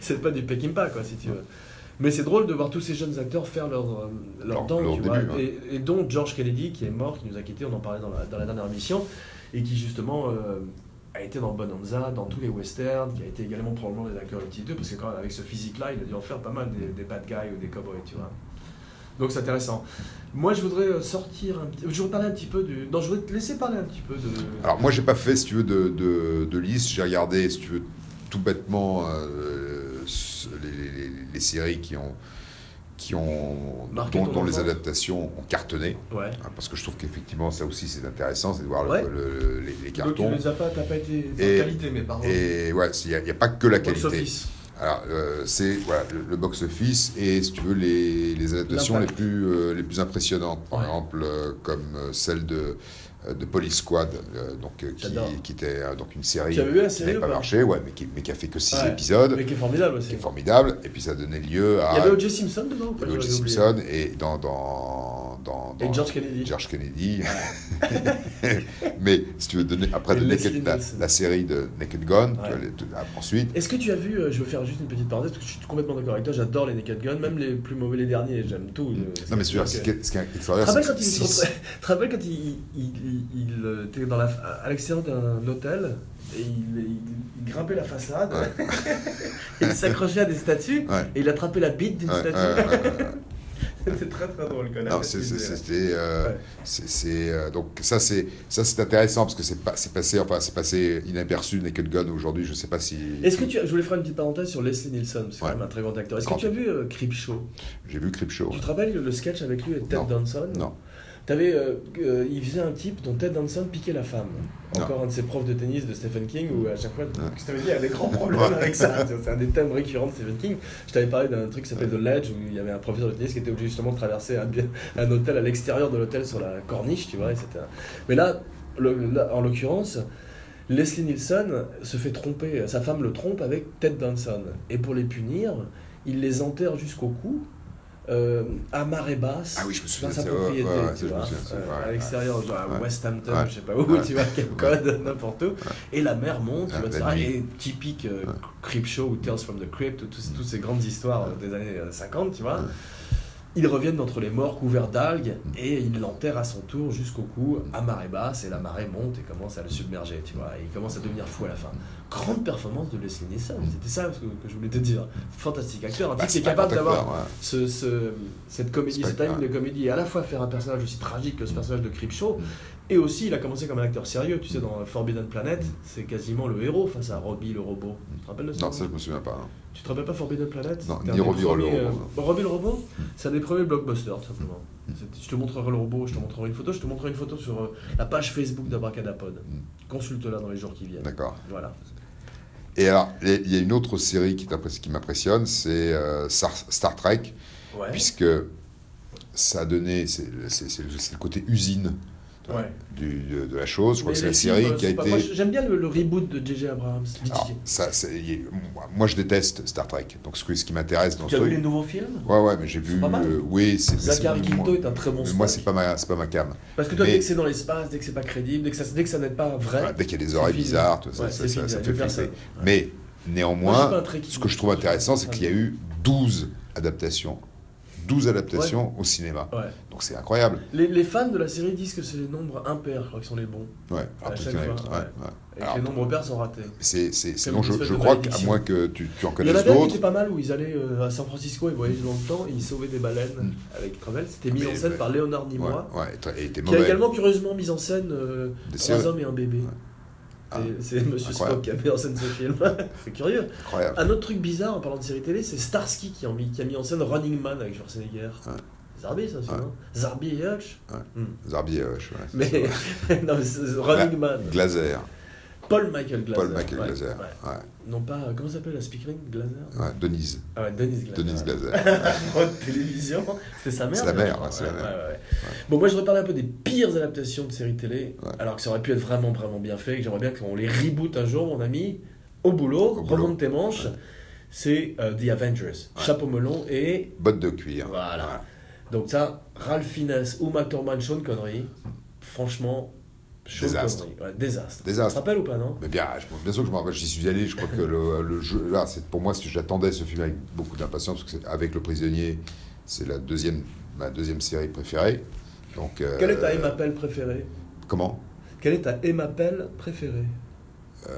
c'est pas du Peckinpah, quoi, si tu veux. Mais c'est drôle de voir tous ces jeunes acteurs faire leur, euh, leur
Leur-
dent,
leur
tu
début,
vois.
ouais.
Et, et dont George Kennedy, qui est mort, qui nous a quittés, on en parlait dans la, dans la dernière émission, et qui, justement... euh, a été dans Bonanza, dans tous les westerns, qui a été également probablement les acteurs de 2, parce que quand même avec ce physique-là, il a dû en faire pas mal des, des bad guys ou des cowboys, tu vois. Donc c'est intéressant. Moi, je voudrais euh, sortir un petit... Je voudrais parler un petit peu du... Non, je voudrais te laisser parler un petit peu de...
Alors, moi, j'ai pas fait, si tu veux, de, de, de liste. J'ai regardé, si tu veux, tout bêtement, euh, ce- les, les- les- les séries qui ont. Qui ont
Marqué
dont,
ton
dont les
enfance.
adaptations ont cartonné.
Ouais.
hein, Parce que je trouve qu'effectivement, ça aussi, c'est intéressant, c'est de voir le-
Ouais.
le- le- les, les
Donc tu
cartons.
les as pas... T'as pas été...
Et-
En qualité, mais pardon.
Et ouais, il n'y a, il y a pas que la
Box
qualité.
office.
Alors, euh, c'est voilà, le, le box-office et, si tu veux, les, les adaptations les
L'impact.
plus, euh, les plus impressionnantes. Par
Ouais.
exemple, euh, comme euh, celle de, euh, de Police Squad, euh, donc, euh, qui,
J'adore.
qui était euh, donc une série
Tu avais vu la
qui
série
n'avait
ou
pas
pas
marché, ouais, mais, qui, mais qui a fait que 6
Ouais.
épisodes,
Mais qui est formidable
qui
aussi.
est formidable. Et puis, ça a donné lieu à
Il y avait O.J. Simpson dedans ou
Ah, il y
pas
avait O.J.
J'avais oublié.
Simpson et dans, dans, dans,
Et
dans-
George Kennedy.
George Kennedy. mais si tu veux donner, après
Et
de
Leslie
Naked- la,
Nielsen.
la série de Naked Gun, tu
Ouais.
vois, les- tout- ah, ensuite.
Est-ce que tu as vu, euh, je veux faire juste une petite parenthèse, parce que je suis complètement d'accord avec toi, j'adore les Naked Gun, même les plus mauvais, les derniers, j'aime tout. euh, c'est-
Non, mais c'est-
c'est-
ce qui est ce qui est
Te
extraordinaire,
rappelles
c'est
quand
que
il,
six-
te rappelles quand il, il, il- il, euh, était dans la, à l'extérieur d'un hôtel et il, il- il grimpait la façade, et il s'accrochait à des statues
Ouais.
et il attrapait la bite d'une
Ouais,
statue
ouais, ouais, ouais, ouais.
C'était très très drôle quand même.
Non, c'est- c'est- c'était, euh,
Ouais.
c'est- c'est, euh, donc ça c'est ça c'est intéressant parce que c'est pas c'est passé enfin c'est passé inaperçu Naked Gun aujourd'hui je sais pas si
Est-ce que tu as- je voulais faire une petite parenthèse sur Leslie Nielsen, c'est
Ouais.
quand même un très grand acteur. Est-ce
Grand
que tu as vu euh, Creepshow
j'ai vu Bah, Creepshow
Tu te rappelles le sketch avec lui et Ted
Non.
Danson
non
T'avais, euh, euh, il faisait un type dont Ted Danson piquait la femme.
Non.
Encore un de ses profs de tennis de Stephen King où à chaque fois, je t'avais dit, il y a des grands problèmes avec ça. tu vois, C'est un des thèmes récurrents de Stephen King. Je t'avais parlé d'un truc qui s'appelle The Ledge où il y avait un professeur de tennis qui était obligé justement de traverser un, bi- un hôtel à l'extérieur de l'hôtel sur la corniche, tu vois, etc. Mais là, le- là, en l'occurrence, Leslie Nielsen se fait tromper, sa femme le trompe avec Ted Danson. Et pour les punir, il les enterre jusqu'au cou, euh, à marée basse,
Ah oui, je me souviens
dans
de
sa
ça, ouais,
propriété,
ouais, ouais,
tu
ça, je me
vois,
souviens de ça,
euh,
ouais,
à
ouais.
l'extérieur, genre à
Ouais.
Westhampton,
Ouais.
je sais pas où,
Ouais.
tu vois, Cape Cod, n'importe où. Et la mer monte, tu
Ouais,
vois,
Ah, la
ça,
nuit. Ah.
et typique euh,
Ouais.
Creep Show ou Tales from the Crypt, ou tous- toutes ces grandes histoires euh, des années euh, 50, tu vois.
Ah.
Ils reviennent d'entre les morts couverts d'algues
Mm.
et ils l'enterrent à son tour jusqu'au cou à marée basse et la marée monte et commence à le submerger, tu vois. Et il commence à devenir fou à la fin. Grande performance de Leslie Nielsen, c'était ça ce que, que je voulais te dire. Fantastique acteur, un
Mm. Bah,
type qui est
pas
capable
Contact
d'avoir
War, ouais.
ce, ce- cette comédie,
C'est
cette
pas- Mm.
anime de comédie, et à la fois faire un personnage aussi tragique que ce personnage de Creepshow, et aussi il a commencé comme un acteur sérieux, tu sais, dans Forbidden Planet, c'est quasiment le héros face à Robbie le robot. Tu te rappelles de ça
non ça je me souviens pas hein.
Tu te rappelles pas Forbidden Planet
Non,
C'était
ni
un des
Robbie le
premiers,
robot, Mm.
euh, Robbie le robot, c'est un des premiers blockbusters, tout simplement. C'est- Je te montrerai le robot, je te montrerai une photo, je te montrerai une photo sur euh, la page Facebook d'Abracadapod. Consulte-la dans les jours qui viennent.
Mm. d'accord
Voilà.
et alors les- il y a une autre série qui t'impressionne- qui m'impressionne c'est euh, Star, Star Trek
Ah Ouais.
puisque ça a donné c'est c'est- c'est- c'est le côté usine
Ouais.
du- de, de la chose je crois
Mais
que c'est
les
la
films,
série
euh,
qui a
sont pas- moi,
été Ah.
J'aime bien le, le reboot de J.J. Abrams.
alors, ça, c'est- il y a- moi- moi je déteste Star Trek donc ce, que- ce qui m'intéresse dans
Tu
ce
as vu les
truc
nouveaux films
Ouais, ouais, mais j'ai vu.
pas mal.
euh, oui, c'est. mais c'est-
Zachary
moi-
Quinto est un très bon
mais
Spock.
Moi, c'est pas ma, c'est pas ma cam.
Parce que toi,
Mais-
dès que c'est dans l'espace, dès que c'est pas crédible, dès que ça, dès que ça n'est pas vrai.
Voilà, dès qu'il y a des
c'est
oreilles
fini.
bizarres, tout ça,
Ouais,
ça,
c'est
ça-
fini,
ça me
je
fait
vais faire
flipper.
ça. Ouais. Moi, je
Mais
suis pas un
néanmoins,
très geek.
ce que je trouve intéressant, c'est qu'il y a eu 12 adaptations. 12 adaptations au cinéma.
Ouais.
Donc c'est incroyable.
Les, les fans de la série disent que c'est les nombres impairs, je crois, qui sont les bons.
Ouais.
À
peut-être
chaque
qu'il y en
fois,
a eu-
ouais.
ouais, ouais.
Et
Alors,
que les nombres pairs sont ratés.
C'est, c'est,
C'est
sinon,
une
je,
espèce
je
de
crois qu'à
malédiction.
moins que tu, tu en
Il y en
connaisses
avait un qui
d'autres.
était pas mal où ils allaient euh, à San Francisco, ils voyageaient dans le temps et ils sauvaient des baleines avec Crevel. C'était mis
Hmm. Mais-
en scène
mais-
par Léonard
Ouais,
Nimoy,
ouais, et très- et était
qui a
mauvais.
également curieusement mis en scène euh, trois
Des séries
hommes et un bébé.
Ah.
C'est- C'est Monsieur
Incroyable.
Spock qui a mis en scène ce film. c'est curieux.
incroyables.
Un autre truc bizarre en parlant de série télé, c'est Starsky qui a, mis, qui a mis en scène Running Man avec Schwarzenegger.
Ouais.
Zarbi, ça aussi,
Ouais.
non Zarbi et Hutch
Zarbi, euh, je- ouais, c'est
Mais.
vrai.
non, mais c'est- Running Man.
Glaser,
Paul Michael Glaser.
Paul Michael
Ouais,
Glaser.
ouais.
Ouais,
Non, pas. euh, Comment s'appelle la speaking Glaser
ouais, Denise.
Ah ouais, Denise Glaser.
Denise Glaser.
Grande télévision. C'était sa mère.
C'est la
bien
mère,
sûr.
ouais, c'est la mère.
ouais, ouais. Bon, moi, je voudrais parler un peu des pires adaptations de séries télé,
Ouais.
alors que ça aurait pu être vraiment, vraiment bien fait, et que j'aimerais bien qu'on les reboot un jour, mon ami. Au boulot,
Au boulot.
remonte tes manches. C'est euh, The Avengers.
Ouais.
Chapeau melon et.
Botte de cuir.
Voilà. Donc, ça, Ralph Fiennes, Uma Thurman, Sean Connery. Franchement, Sean
Désastre.
Connery. Ouais, désastre. Tu te
Désastre.
rappelles ou pas, non
Mais bien, je- bien sûr que je me rappelle, j'y suis allé, je crois que le, le jeu, là, c'est pour moi, si j'attendais ce film avec beaucoup d'impatience, parce que c'est- avec Le Prisonnier, c'est la deuxième, ma deuxième série préférée. Donc, euh,
Quelle est ta Emma Pell préférée
Comment
Quelle est ta Emma Pell préférée
Euh,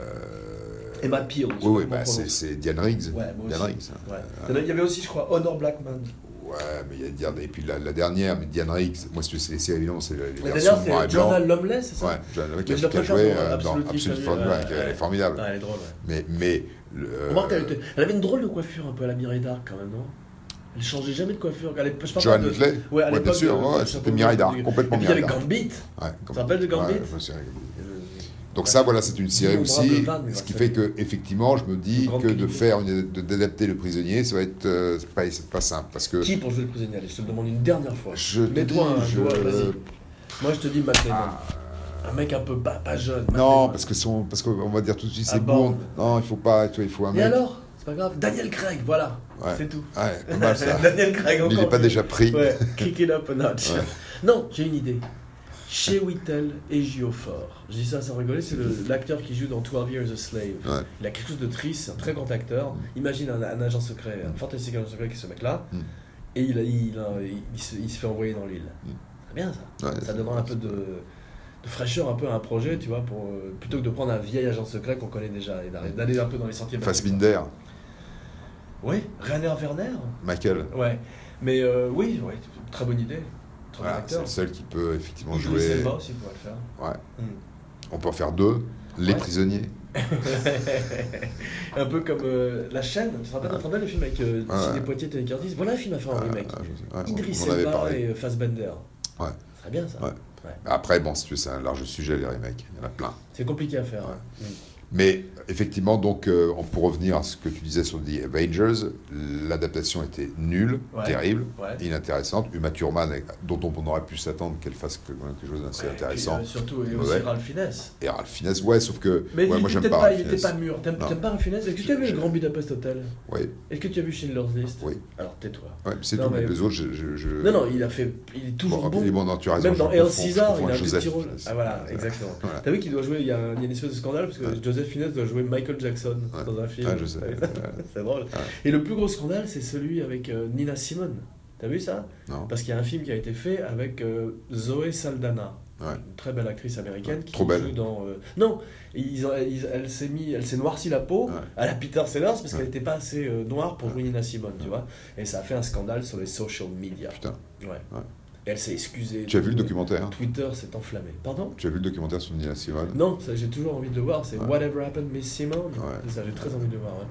Emma Peel. je sais
Oui,
pas
oui,
comment
bah,
on
c'est,
prononce.
c'est Diane Riggs.
Ouais, moi
Diane
aussi.
Riggs. hein.
Ouais. Il y en a- Il y avait aussi, je crois, Honor Blackman.
Ouais, mais il y a Diane, et puis la, la dernière, mais Diane Riggs, moi, c'est, c'est les séries, évidemment, c'est les
La
versions
dernière,
noir et
c'est
blanc.
Journal Lomless, c'est ça
Ouais, John Locke
Mais je
qui
la
a
préfère dans
joué euh, dans
Absolutely
Absolute
Family,
Formula,
ouais,
qui- elle est
ouais.
formidable.
Ah, elle est drôle. ouais.
Mais, mais le,
Remarque, elle, était- elle avait une drôle de coiffure un peu à la Mireille d'Arc quand même, non Elle changeait jamais de coiffure. Elle est- je parle
Joanne
pas de-
Hutley
Ouais, à
Ouais,
l'époque
bien sûr,
de-
ouais,
de-
c'était Mireille d'Arc,
Et
complètement
puis il y avait
Mireille d'Arc.
Gambit. Euh,
Ouais,
Tu te rappelles de Gambit
Ouais, je me souviens de Gambit. Donc
Ouais.
ça, voilà, c'est une série
Innombrable
aussi,
vanne, mais
ce qui
ça
fait
fait-
que effectivement, je me dis
grande
que de
qualité.
faire, une- de- d'adapter le prisonnier, ça va être euh, c'est pas, c'est pas simple parce que
Qui pour jouer le prisonnier Allez, je te le demande une dernière fois.
Euh, je te dis,
Mets-toi un
je- Euh, ah.
doigt, vas-y. Moi, je te dis Matt Damon. Un mec un peu pas, pas jeune. Matt
non,
Damon.
parce que son, parce qu'on va dire tout de suite, c'est
Ah bon.
bon. Non, il faut pas, tu vois, il faut un
Et
mec.
alors C'est pas grave. Daniel Craig, voilà.
Ouais. Ah
C'est tout.
Ouais, pas mal ça.
Daniel Craig encore.
Il n'est pas
mieux.
déjà pris.
Ouais, kick it up a notch.
Ouais.
Non, j'ai une idée. Chez Whittle et Giofort. Je dis ça sans rigoler, c'est le- l'acteur qui joue dans 12 Years a Slave.
Ouais.
Il a quelque chose de triste, c'est un très grand acteur. Imagine un, un agent secret, un fantastique agent secret qui est ce mec-là,
Mm.
et il, a- il a- il- il se, il se fait envoyer dans l'île. Très bien ça.
Mm. Ouais.
Ça demande un peu de, de fraîcheur, un peu à un projet, tu vois, pour, euh, plutôt que de prendre un vieil agent secret qu'on connaît déjà et d'arrêter- d'aller un peu dans les sentiers. battus.
Fassbinder.
Oui, Rainer Werner
Michael.
Ouais. Mais euh, oui, ouais, très bonne idée. Très
Voilà,
bon
c'est
acteur.
le seul qui peut effectivement
Idris
jouer.
Elba aussi pourrait le faire.
Ouais.
Hmm.
On peut en faire deux. Les
Ouais.
prisonniers.
un peu comme euh, La chaîne. Tu te rappelles, tu te rappelles le film avec euh,
Ah ouais.
Sidney Poitier et Tony Curtis Voilà un film à faire en
Ah,
remake.
ah, je sais. Ouais, on-
Idris
on en avait
Elba
parlé.
et euh, Fassbender.
Ouais.
Ce serait bien ça.
Ouais. Après, bon, si tu veux, c'est un large sujet, les remakes. Il y en a plein.
C'est compliqué à faire.
Ouais.
Hmm.
Mais effectivement, donc, euh, on- pour revenir à ce que tu disais sur The Avengers, l'adaptation était nulle,
Ouais.
terrible,
Ouais.
inintéressante. Uma Thurman, avec- dont on, on aurait pu s'attendre qu'elle fasse que- quelque chose d'assez
Ouais, et puis,
intéressant.
euh, surtout, et
Ouais.
aussi Ralph Fiennes.
Et Ralph Fiennes, ouais, sauf que
Mais
ouais,
il
moi, j'aime
était
pas
pas,
Ralph
il était pas
Fiennes.
mûr. T'aimes
Non.
t'aimes pas Ralph Fiennes Est-ce que tu
Je-
as vu
je-
le Grand Budapest Hotel
Oui,
Est-ce que tu as vu Schindler's List
oui.
Alors tais-toi.
Ouais, mais c'est
Non,
tout, mais
mais-
les autres, je... je- je-
Non, non, il a fait. Il est toujours
Euh, bon,
bon.
et bon, non, tu as raison,
Même dans
je
El
confonds- je
César,
confonds
il a un
avec Joseph
petit rôle.
Fiennes.
Ah voilà, exactement.
Voilà.
T'as vu qu'il doit jouer, il y, a un- il y a une espèce de scandale parce que
Ouais.
Joseph Fiennes doit jouer Michael Jackson
Ouais.
dans un film.
Ah, je sais.
Ouais,
Euh,
c'est drôle. Et le plus gros scandale, c'est celui avec euh, Nina Simone. T'as vu ça
non.
Parce qu'il y a un film qui a été fait avec euh, Zoé Saldana,
Ouais.
une très belle actrice américaine
Ouais,
qui
trop belle.
joue dans. euh, Non, ils ont- ils- elle s'est mis, elle s'est noircie la peau
Ouais.
à la Peter Sellers parce qu'elle
Ouais.
n'était pas assez euh, noire pour jouer Nina Simone, tu
Ouais.
vois. Et ça a fait un scandale sur les social media.
Putain.
Ouais.
Ouais.
Et elle s'est excusée.
Tu as vu le
Tout-
documentaire hein
Twitter s'est enflammé. Pardon
Tu as vu le documentaire sur Nina Simone
Non, ça j'ai toujours envie de le voir. C'est
Ouais.
Whatever Happened Miss Simone.
Ouais.
Ça j'ai très envie de le voir. ouais.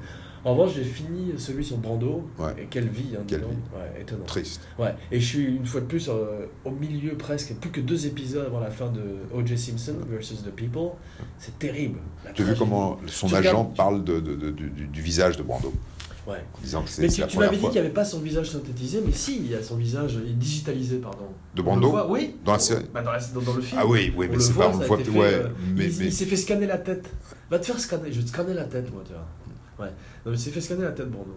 En revanche, j'ai fini celui sur Brando.
Ouais.
Et quelle vie, hein, dis
Quelle
donc.
vie.
Ouais, étonnant.
Triste.
Ouais, et je suis une fois de plus euh, au milieu presque, plus que deux épisodes avant la fin de O.J. Simpson versus The People. C'est terrible. La
Tu as vu
tragédie.
comment son
Tu
agent
regardes-
parle de, de- de- du, du- du visage de Brando,
Ouais.
en disant que
Mais
c'est c'est
tu,
la
tu m'avais
première
dit
fois
qu'il n'y avait pas son visage synthétisé, mais si, il y a son visage euh, digitalisé, pardon.
de
On le
Brando.
voit, Oui.
Dans la série
Bah, dans, la- dans- dans le film.
Ah oui, oui,
On
mais
le
c'est
voit,
pas, on
ça
le
a
voit,
été fait,
ouais,
euh,
mais,
il
mais
il s'est fait scanner la tête. Va te faire scanner. Je vais te scanner la tête, moi, tu vois. Ouais. Non, mais il s'est fait scanner la tête, Brando.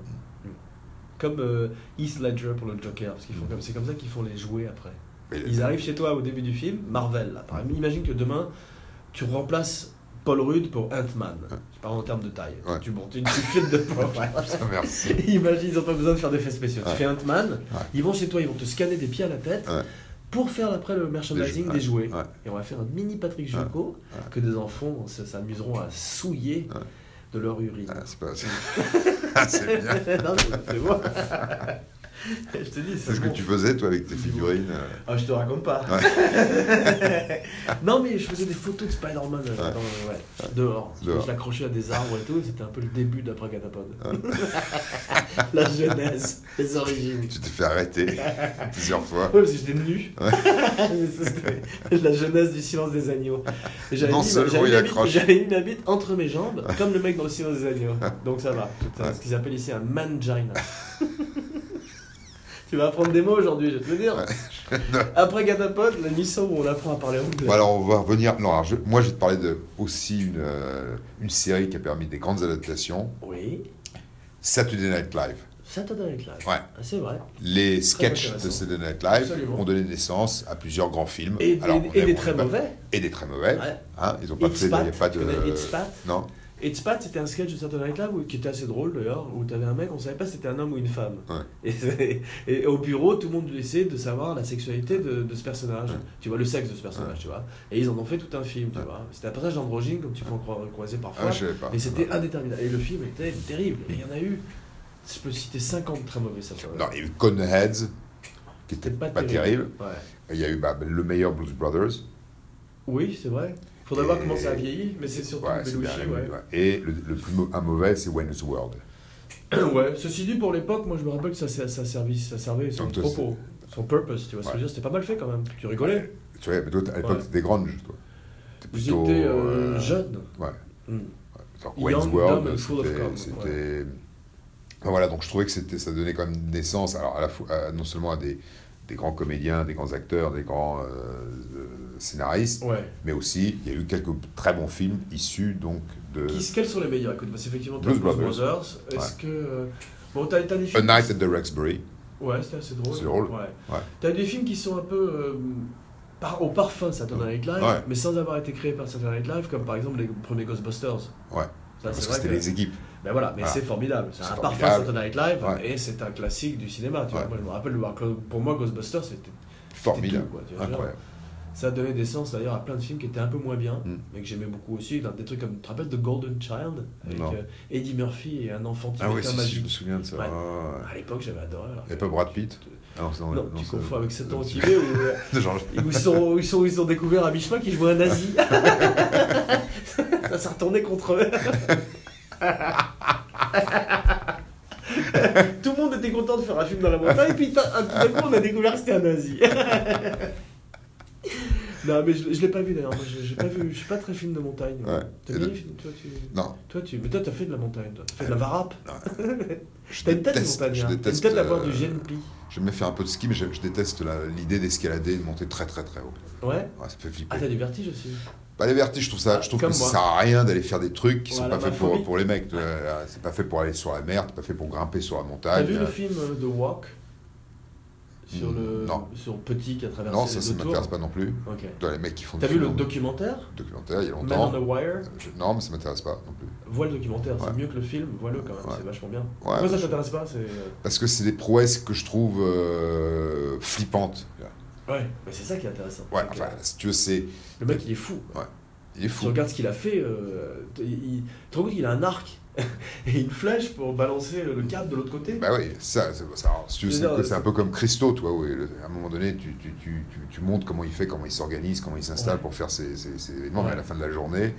Comme euh, Heath Ledger pour le Joker, parce qu'ils font
Mm.
comme c'est comme ça qu'ils font les jouets après.
mais-
Ils arrivent chez toi au début du film, Marvel. Là, par
Mm.
exemple. Imagine que demain, tu remplaces Paul Rudd pour Ant-Man. Je parle en termes de taille.
Mm. Ouais.
Tu, bon, tu, tu filmes de poids.
Ah, merci.
Imagine, ils n'ont pas besoin de faire d'effets spéciaux.
Ouais.
Tu fais Ant-Man,
Ouais.
ils vont chez toi, ils vont te scanner des pieds à la tête
Ouais.
pour faire après le merchandising
Des
des
jouets,
jouets.
ouais.
Et on va faire un mini Patrick
Ouais.
Jucco
Ouais.
que des enfants se- s'amuseront à souiller
Ouais.
de leur urine.
Ah, c'est pas... Ah, c'est bien.
non, mais c'est bon. Je te dis,
C'est ce que
bon.
tu faisais, toi, avec tes figurines. euh,
Ah, je te raconte pas. non, mais je faisais des photos de Spider-Man euh,
Ouais.
dans le- ouais, dehors.
Dehors.
Je l'accrochais à des arbres et tout. et C'était un peu le début d'Abracadapod. La jeunesse, les origines.
Tu t'es fait arrêter plusieurs fois.
Ouais, parce que j'étais nu. C'était la jeunesse du silence des agneaux. Et J'avais
Non
mis,
seulement
j'avais
il
mis la bite-
accroche.
j'avais mis ma bite entre mes jambes, comme le mec dans le silence des agneaux. Donc ça va. C'est
Ouais.
ce qu'ils appellent ici un mangina. tu vas apprendre des mots aujourd'hui, je vais te le dire. Après Gatapod, la mission où on apprend à parler anglais.
Bon, alors, on va revenir. Non, alors, je- moi, je vais te parler de aussi une, euh, une série qui a permis des grandes adaptations
Oui,
Saturday Night Live.
ça te donne l'éclat.
Ouais.
Ah, C'est vrai.
Les sketchs
intéressant.
de Saturday Night Live
Absolument.
ont donné naissance à plusieurs grands films.
Et,
Alors,
des-
on
et
aime-
des
on
très
aime pas-
mauvais.
Et des très mauvais.
Ouais.
Hein, ils ont pas
It's
fait. Il
Pat,
n'y a pas
tu
de.
connais It's Pat
Non,
Et Spat, c'était un sketch de Saturday Night Live où- qui était assez drôle d'ailleurs, où t'avais un mec, on savait pas si c'était un homme ou une femme. Et, c'est- et au bureau, tout le monde essayait de savoir la sexualité de, de ce personnage,
Ouais.
tu vois, le sexe de ce personnage, tu vois. Et ils en ont fait tout un film, tu
Ouais.
vois. C'était un passage androgyne, comme tu peux en croi- croiser parfois.
ah, je savais pas.
mais c'était indéterminable. Et le film était terrible. Et il y en a eu, je peux citer 50 très mauvais Saturday
Non, il y a eu Coneheads, qui était
C'était
pas,
pas,
terrible.
Ouais.
Il y a eu bah, le meilleur Blues Brothers.
Oui, c'est vrai. Faudrait voir
Et-
comment ça a vieilli, mais c'est surtout
Ouais, c'est
Belushi,
bien,
ouais.
ouais. Et le, le plus mau- un mauvais, c'est Wayne's World.
Ouais, ceci dit, pour l'époque, moi je me rappelle que ça, ça, ça servait, ça servait son
Donc, toi,
propos, son purpose, tu vois ce que je veux
Ouais.
dire, c'était pas mal fait quand même. Tu rigolais
Tu vois, mais toi, à l'époque,
Ouais.
t'étais grande, toi. T'étais plutôt,
J'étais euh,
euh,
jeune.
Ouais.
Hmm.
Genre
Young,
Wayne's
dumb and
World,
full of
c'était-
cum,
c'était. Enfin, voilà, donc je trouvais que c'était, ça donnait quand même naissance, alors à la fois, à- non seulement à des, des grands comédiens, des grands acteurs, des grands euh, euh, scénaristes,
Ouais.
mais aussi il y a eu quelques très bons films issus donc de
Qui- quels sont les meilleurs Écoute, bah, c'est effectivement
euh, Blues
Blues Brothers.
Brothers.
Est-ce que. euh, Bon, t'as t'as des
A
films.
Night at the Rexbury.
Ouais, c'était assez drôle.
C'est drôle.
Ouais.
Ouais.
T'as des films qui sont un peu. euh, par- au parfum Saturday Night Live,
Ouais.
mais sans avoir été créés par Saturday Night Live, comme par exemple les premiers Ghostbusters.
Ouais.
Ça,
Parce
Bah, c'est
que
vrai
c'était
que-
les équipes.
Ben voilà, mais
Voilà.
c'est formidable. C'est
Ah. C'est
un parfum
formidable.
Saturday Night Live
Ouais.
et c'est un classique du cinéma. Tu
Ouais.
vois. Moi, je me rappelle, le voir- pour moi, Ghostbusters, c'était
Formidable.
tout, quoi, tu vois,
Incroyable.
c'est ça a donné des sens d'ailleurs à plein de films qui étaient un peu moins bien,
Mm.
mais que j'aimais beaucoup aussi. Des trucs comme, tu te rappelles de Golden Child avec
Non.
euh, Eddie Murphy et un enfant qui
Ah oui,
devient
si, si, je
magique.
me souviens de ça.
Ouais.
Ah, ouais.
À l'époque, j'avais adoré. alors
Et
que-
pas Brad Pitt Ah non, c'est dans-
Non,
non,
tu
c'est-
confonds avec 7 ans au Tibet où, euh,
Genre-
où ils sont, où ils sont, où ils sont découverts à mi-chemin qu'ils jouent un nazi. ça s'est retourné contre eux. Tout le monde était content de faire un film dans la montagne, et puis ta- tout d'un coup on a découvert que c'était un nazi. non, mais je, je l'ai pas vu d'ailleurs. Moi, je, j'ai pas vu, je suis pas très film de montagne.
Ouais.
T'as
Et
bien
de-
les films, toi, tu,
Non,
toi, tu, mais toi, t'as fait de la montagne, toi. T'as fait de la varappe.
Euh, je
T'as une tête de
déteste,
montagne.
je
hein. T'as une
déteste,
tête d'avoir du
euh,
GNP.
J'aime bien faire un peu de ski, mais je, je déteste la- l'idée d'escalader, de monter très très très haut.
Ouais.
Ouais, ça me fait flipper.
Ah, t'as du vertige aussi.
Bah, les vertiges, je trouve ça, je trouve
Comme
que ça
moi.
sert à rien d'aller faire des trucs qui
Voilà,
sont
ma
pas faits pour,
phobie.
pour les mecs. tu vois. Euh, C'est pas fait pour aller sur la mer, c'est pas fait pour grimper sur la
T'as
montagne.
vu le film euh, The Walk sur
Hmm,
le
non.
sur Petit qui a traversé
non, ça,
les
ça
deux
m'intéresse
tours
pas non plus.
Ok.
Dans les mecs qui font
T'as
des
vu le
films
documentaire
documentaire il y a
Man on
longtemps.
the Wire
Je- non, mais ça m'intéresse pas non plus.
Vois le documentaire, c'est
Ouais.
mieux que le film, vois-le quand même,
Ouais.
c'est vachement bien.
Ouais,
Pourquoi ça
je-
t'intéresse pas c'est... euh,
Parce que c'est des prouesses que je trouve euh, flippantes.
Ouais, mais c'est ça qui est intéressant.
Ouais,
C'est que
enfin, si tu veux, c'est.
le mec il est fou.
Il est
Tu
fou.
regardes ce qu'il a fait, euh, t- il... il- tu te rends compte qu'il a un arc et une flèche pour balancer le câble de l'autre côté
Bah oui, ça, c'est ça, alors, si tu veux,
Je veux
c'est
dire, euh,
que- c'est
c'est-
un peu comme Christo, toi, où le- à un moment donné, tu, tu, tu, tu, tu montres comment il fait, comment il s'organise, comment il s'installe
Ouais.
pour faire ses, ses, ses événements, mais à
Ouais.
la fin de la journée.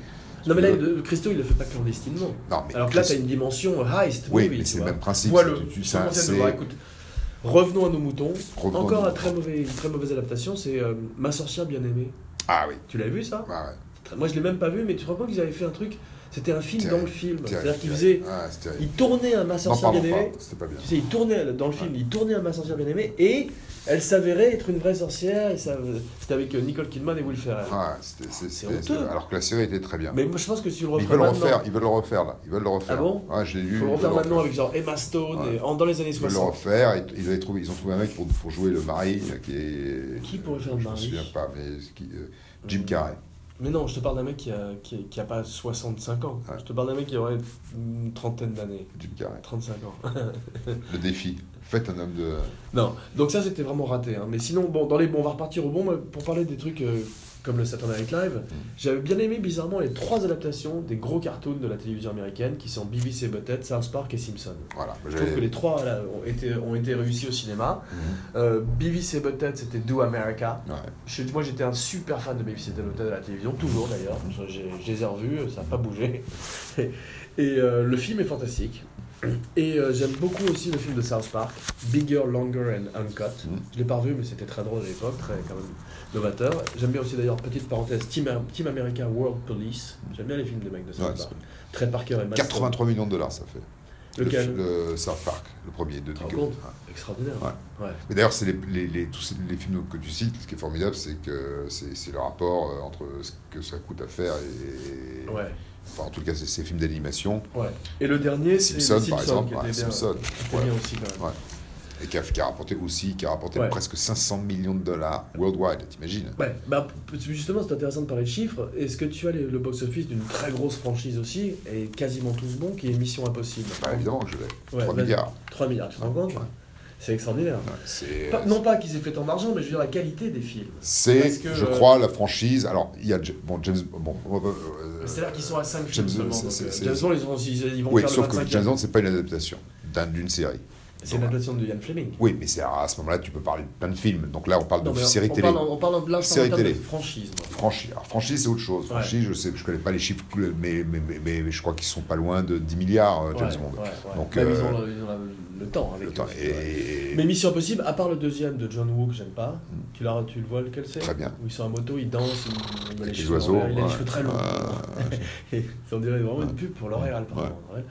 Non mais là, le le Christo il le fait pas clandestinement.
Non, mais
Alors que là
Christo-
t'as une dimension heist,
Oui,
movie,
mais
tu
c'est le
vois.
même principe.
Voilà.
c'est- tu- tu-
Je
ça,
te conseille de
c'est-
le voir. Écoute, revenons à nos moutons.
Revenons à
Encore
nos
un très mauvais, une très mauvaise adaptation, c'est euh, Ma sorcière bien aimée.
Ah oui,
Tu l'as vu ça
ouais, ouais,
Très- Moi je l'ai même pas vu, mais tu te rends compte qu'ils avaient fait un truc. C'était un film
Terrible,
dans le film.
terrible,
C'est-à-dire qu'ils faisaient.
terrible. Ouais, c'est terrible.
Ils tournaient un Ma
N'en
sorcière bien
parlons
aimée.
pas, c'était pas bien.
Tu sais, ils tournaient dans le film, ils tournaient un Ma sorcière bien aimée et elle s'avérait être une vraie sorcière. et ça- C'était avec euh, Nicole Kidman et Will Ferrell.
Ouais, Ah, c'était- c'est- c'était-
honteux.
c'était- Alors que la série était très bien.
Mais moi je pense que si tu le
Mais ils
referais
veulent le
maintenant,
refaire, ils veulent le refaire là. Ils veulent le refaire.
Ah bon
Ouais, je l'ai lu.
faut
ils
le refaire
veulent
maintenant avec genre Emma Stone
Ouais.
et- en- dans les années
Ils veulent le
60.
refaire. Ils, ils avaient trouvé- ils ont trouvé un mec pour, pour jouer le mari euh, qui est.
Qui pourrait faire le
Je me
mari
souviens pas, mais qui, euh, Jim Carrey.
Mais non, je te parle d'un mec qui a, qui, qui a pas 65 ans.
Ouais.
Je te parle d'un mec qui aurait une trentaine d'années.
Jim Carrey.
35 ans.
Le défi. Faites un homme de.
non, donc ça c'était vraiment raté. hein. Mais sinon, bon, dans les, bon, on va repartir au bon. mais Pour parler des trucs euh, comme le Saturday Night Live, j'avais bien aimé bizarrement les trois adaptations des gros cartoons de la télévision américaine qui sont BBC Butthead, South Park et Simpson.
Voilà. Bah,
Je trouve que les trois là, ont, été, ont été réussis au cinéma. Euh, BBC Butthead c'était Do America.
Ouais.
Je- moi j'étais un super fan de Baby Sitting Hotel à la télévision, toujours d'ailleurs, Je- j'ai- je les ai revus, ça n'a pas bougé. Et euh, le film est fantastique. Et euh, j'aime beaucoup aussi le film de South Park, Bigger, Longer and Uncut.
Mhm.
Je l'ai pas revu, mais c'était très drôle à l'époque, très quand même novateur. J'aime bien aussi d'ailleurs, petite parenthèse, Team, Team America World Police. J'aime bien les films des mecs de South
Ouais,
Park. Très Parker et Matt Stone.
83 millions de dollars, ça fait.
Lequel
le, le South Park, le premier de
Te rends
Nickelodeon.
compte Extraordinaire. Ouais.
Mais d'ailleurs, c'est les, les, les- tous ces- les films que tu cites, ce qui est formidable, c'est que c'est c'est le rapport euh, entre ce que ça coûte à faire et.
Ouais.
Enfin, en tout cas, c'est ces films d'animation.
ouais. Et le dernier, c'est
Simpson,
les
par
Simpsons,
exemple.
qui
ouais,
était bien,
Simpson.
qui était
ouais.
bien aussi quand même.
Et qui a, qui a rapporté aussi, qui a rapporté
Ouais.
presque 500 millions de dollars worldwide, t'imagines
Ouais, bah p- justement, c'est intéressant de parler de chiffres. Est-ce que tu as les- le box-office d'une très grosse franchise aussi, et quasiment tous bons, qui est Mission Impossible
Bah, évidemment que je l'ai.
Ouais,
3
vas-y.
milliards.
3 milliards, tu te rends compte
Ouais. euh,
C'est extraordinaire.
Ouais, c'est-
Pas- non pas qu'ils aient fait tant d'argent, mais je veux dire la qualité des films. Parce
C'est,
que,
je
euh,
crois, la franchise. Alors, il y a J- bon, James. Bon, euh,
C'est-à-dire qu'ils sont à 5
James
films seulement.
Bond,
donc,
c'est-
euh,
c'est-
James Bond, ils, ont- ils- ils vont
Oui,
faire
sauf
le
que
25
James Bond, c'est pas une adaptation d'un- d'une série.
C'est l'adaptation de Ian Fleming.
Oui, mais c'est à ce moment-là, tu peux parler de plein de films. Donc là, on parle
Non,
de
mais
Ah, série
on,
télé.
Parle, on parle de là, je parle en
Série
termes
télé.
de franchise. moi.
Franchise, alors, franchise, c'est autre chose.
Ouais.
Franchise, je sais, je connais pas les chiffres, mais, mais, mais, mais je crois qu'ils sont pas loin de 10 milliards, euh, James
Ouais,
Bond.
ouais, ouais.
Donc,
Même
euh,
ils ont, le, ils ont la- le temps hein, avec
Le temps
eux,
est-
ouais. Mais Mission Impossible, à part le deuxième de John Woo que j'aime pas, tu, l'as- tu le vois lequel c'est
Hmm. Très bien.
Où ils sont en moto, ils dansent, ils- il a les,
Avec les
cheveux, en
oiseaux,
l'air, il a les
ouais. Ah.
cheveux très longs.
Ouais.
Et ça, on dirait vraiment une pub pour L'Oréal, par contre, ouais.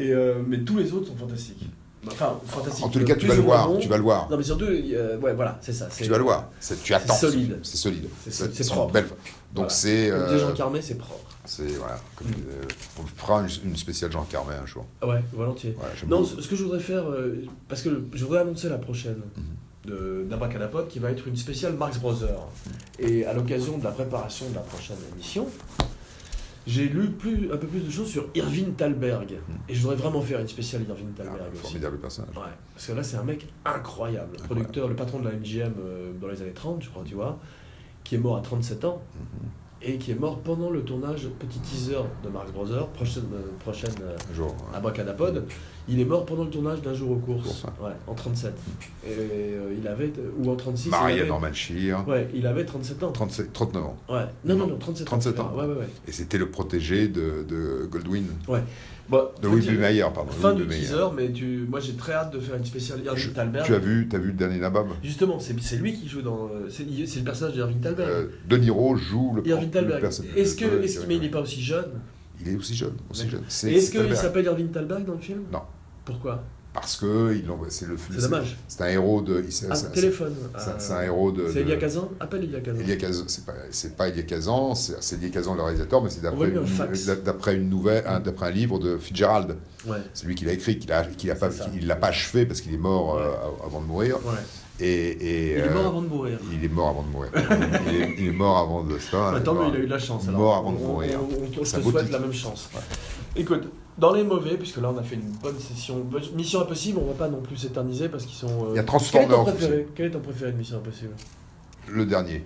Et, euh, mais tous les autres sont fantastiques. Enfin, fantastiques.
En tous les cas, tu
Plus
vas le
ou moins
voir,
bons.
tu vas le voir.
Non, mais surtout, euh, ouais, voilà, c'est ça. c'est-
Tu vas le voir. C'est- Tu attends. ce
solide.
film. C'est solide.
C'est- c'est- c'est
une
propre.
belle-
Voilà.
Donc c'est.
Comme
euh,
des gens carmés, c'est propre.
c'est voilà. comme,
Mm.
euh, on fera une, une spéciale Jean Carmet un jour.
Ah Ouais, volontiers.
Voilà, j'aime
Non,
beaucoup.
ce ce que je voudrais faire, euh, parce que le- je voudrais annoncer la prochaine
Mhm.
de- d'Abracadapote qui va être une spéciale Marx Brothers. Et à l'occasion de la préparation de la prochaine émission, j'ai lu plus, un peu plus de choses sur Irving Thalberg. Et je voudrais vraiment faire une spéciale Irving
Mhm. Ah,
Thalberg aussi.
formidable personnage.
Ouais, parce que là, c'est un mec incroyable. Le producteur, le patron de la MGM euh, dans les années 30, je crois, tu vois. qui est mort à 37 ans
Mhm.
et qui est mort pendant le tournage, petit teaser de Marx Brothers, prochaine, euh, prochaine euh,
Un jour. hein. ouais.
Abracadapod, il est mort pendant le tournage d'un jour aux
Pour
courses,
ça.
ouais, en 37. Et euh, il avait, ou en 36, il
Maria
avait,
Norman Shear,
ouais, il avait 37 ans.
37 39 ans.
Ouais. Non, non, non, 37 ans.
37 ans.
Ouais, ouais, ouais.
Et c'était le protégé de, de Goldwyn,
Bon,
de
fin
Louis
du-
Bumayer, pardon.
Fin
Louis
du
Bumayer.
teaser, mais tu... moi j'ai très hâte de faire une spéciale
Je-
Irving Thalberg.
Tu as vu, t'as vu le dernier Nabab
Justement, c'est c'est lui qui joue dans. euh, C'est il- c'est le personnage d'Irving Thalberg.
Euh, De Niro joue le,
Irving
le
Thalberg.
personnage.
Est-ce que.
Ouais,
Est -ce,
ouais,
mais il
ouais.
n'est pas aussi jeune
Il est aussi jeune. Aussi jeune. C'est-
Et Est-ce
c'est
qu'il
Thalberg.
s'appelle Irving Thalberg dans le film
Non.
Pourquoi
Parce que il envoie- c'est le
C'est dommage.
C'est un héros de. il- C'est
Ah,
c'est-
téléphone.
c'est-
Ah,
c'est un héros de.
C'est
de-
Elia Kazan Appelle Elia Kazan.
Elia Kazan, c'est pas, c'est pas Elia Kazan, c'est c'est Elia Kazan le réalisateur, mais c'est d'après
Envoie-lui un
une-
fax.
d'a- d'après une nouvelle, un, d'après un livre de Fitzgerald.
Ouais.
C'est lui qui l'a écrit, qu'il a, qu'il a pas,
C'est ça.
il l'a pas achevé parce qu'il est mort euh, av- avant de mourir.
ouais.
Et, et,
Il est
euh,
mort avant de mourir.
il est mort avant de mourir. il, est, il est mort avant de ça.
Attends,
mort-
mais il a eu de la chance. Alors.
Mort avant de
On-
mourir.
On, on- on te
Ça vaut
souhaite
tout.
la même chance. Écoute, dans les mauvais, puisque là on a fait une bonne session. bonne- Mission Impossible, on va pas non plus s'éterniser parce qu'ils sont. euh,
Il y a Transformers
Quel est ton
aussi.
préféré, Quel est ton préféré de Mission Impossible
Le dernier.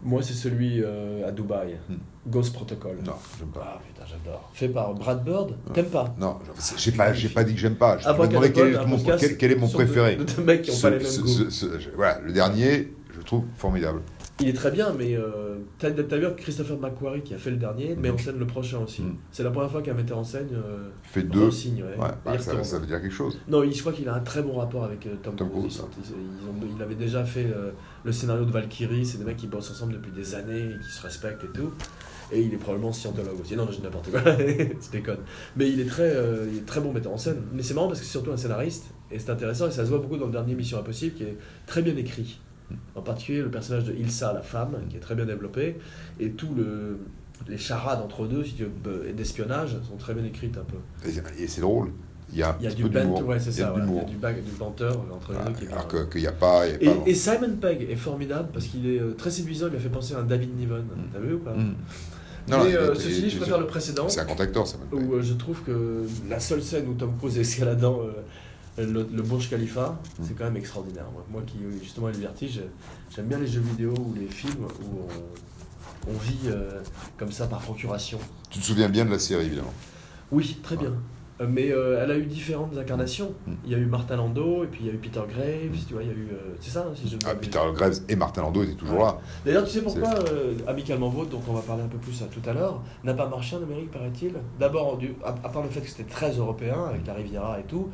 Moi, c'est celui euh, à Dubaï.
Hmm.
Ghost Protocol.
Non, j'aime pas.
Ah putain, j'adore. Fait par Brad Bird. T'aimes pas
Non, je- j'ai pas, j'ai pas dit que j'aime pas. Je je me
Abracadabra,
demandais quel, est
un
mon-
podcast
quel- quel est mon
sur deux-
préféré.
Deux, mecs qui ont pas les
Ce-
mêmes
ce-
goûts.
ce- ce- je- voilà, le dernier, je le trouve formidable.
Il est très bien, mais euh, t'as t'as vu Christopher McQuarrie qui a fait le dernier, met
Mhm.
en scène le prochain aussi.
Mhm.
C'est la première fois qu'un metteur en scène euh,
Il fait deux.
signe. Ouais.
Ouais, bah,
Il
ça,
retourne.
ça veut dire quelque chose.
Non, il- je crois qu'il a un très bon rapport avec euh, Tom,
Tom
Cruise.
Cruise. hein.
Ils- ils ont- il avait déjà fait euh, le scénario de Valkyrie. C'est des mecs qui bossent ensemble depuis des années et qui se respectent et tout. Et il est probablement scientologue aussi. Non, non, je dis n'importe quoi. je déconne. Mais il est très, euh, il est très bon metteur en scène. Mais c'est marrant parce que c'est surtout un scénariste. Et c'est intéressant. Et ça se voit beaucoup dans le dernier Mission Impossible qui est très bien écrit. En particulier le personnage de Ilsa, la femme, qui est très bien développé. Et tout le. Les charades entre eux deux, si tu veux, d'espionnage, sont très bien écrites un peu.
Et, et c'est drôle. Il y a un
Il y a
petit
du
peu
bent,
d'humour.
ouais, c'est
Il y a
ça,
de
voilà. il y a
l'humour.
du, bag, du banter entre les
Voilà,
deux qui est
alors
bien.
que- qu'il n'y a pas. il y a pas
Et, et Simon Pegg est formidable parce qu'il est euh, très séduisant, il m'a fait penser à un David Niven, t'as vu ou pas
dans- Mm.
Mais
Non, non, il
euh,
est-
ceci
il
dit,
est-
je préfère le précédent
C'est un grand acteur, ça même.
où euh, je trouve que la seule scène où Tom Cruise est escaladant euh, le, le Burj Khalifa,
Mm.
c'est quand même extraordinaire. Moi, moi qui euh, justement ai le vertige, j'aime bien les jeux vidéo ou les films où on, on vit euh, comme ça par procuration.
Tu te souviens bien de la série, évidemment.
Oui, très bien. Euh, Mais euh, elle a eu différentes incarnations.
Mm.
Il y a eu Martin Landau, et puis il y a eu Peter Graves, tu vois, il y a eu... euh, c'est ça, hein, si je ne
Ah,
m'abuse.
Peter Graves et Martin Landau étaient toujours
Ouais.
là.
D'ailleurs, tu sais pourquoi euh, Amicalement Vôtre, dont on va parler un peu plus à- tout à l'heure, n'a pas marché en Amérique, paraît-il D'abord, du- à, à part le fait que c'était très européen, avec la Riviera et tout,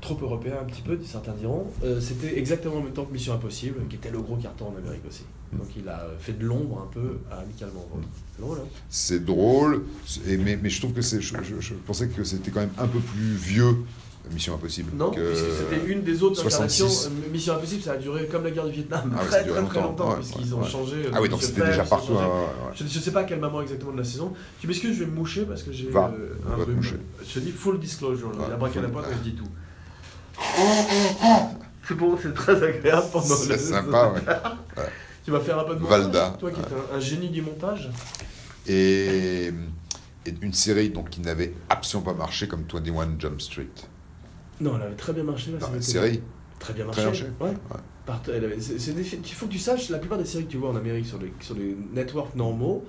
trop européen un petit peu, certains diront, euh, c'était exactement en même temps que Mission Impossible, qui était le gros carton en Amérique aussi.
Mm.
Donc il a euh, fait de l'ombre un peu à Amicalement Vôtre. C'est drôle, hein
C'est drôle, c'est- et- mais, mais je trouve que c'est. Je, je- je pensais que c'était quand même un peu plus vieux, Mission Impossible.
Non,
que-
puisque c'était une des autres
66.
incarnations. Euh, Mission Impossible, ça a duré comme la guerre du Vietnam,
Ah ouais, ça a
très,
duré
très très
longtemps.
longtemps,
Ouais,
puisqu'ils
ouais,
ont
ouais.
changé. euh,
Ah oui, donc
Monsieur
c'était déjà
Phelps,
partout.
ils ont changé.
hein, ouais, ouais.
Je ne sais pas à quel moment exactement de la saison. Tu m'excuses, je vais me moucher parce que j'ai
Va,
euh,
on va te
rhume.
moucher.
Je te dis full disclosure, là.
Ouais,
la braque à la
full- Ah,
pointe, je dis tout. C'est bon, c'est très agréable pendant
C'est
le-
sympa, ouais.
Tu vas faire un peu de montage,
Valda.
toi qui es un, un génie du montage.
et, et une série donc, qui n'avait absolument pas marché comme 21 Jump Street.
Ah, Non, elle avait très bien marché là.
Non,
cette
la
été.
série,
Très bien marché.
très
Ouais. Par- elle avait- c'est- c'est des fi- Il faut que tu saches, la plupart des séries que tu vois en Amérique sur les, sur les networks normaux,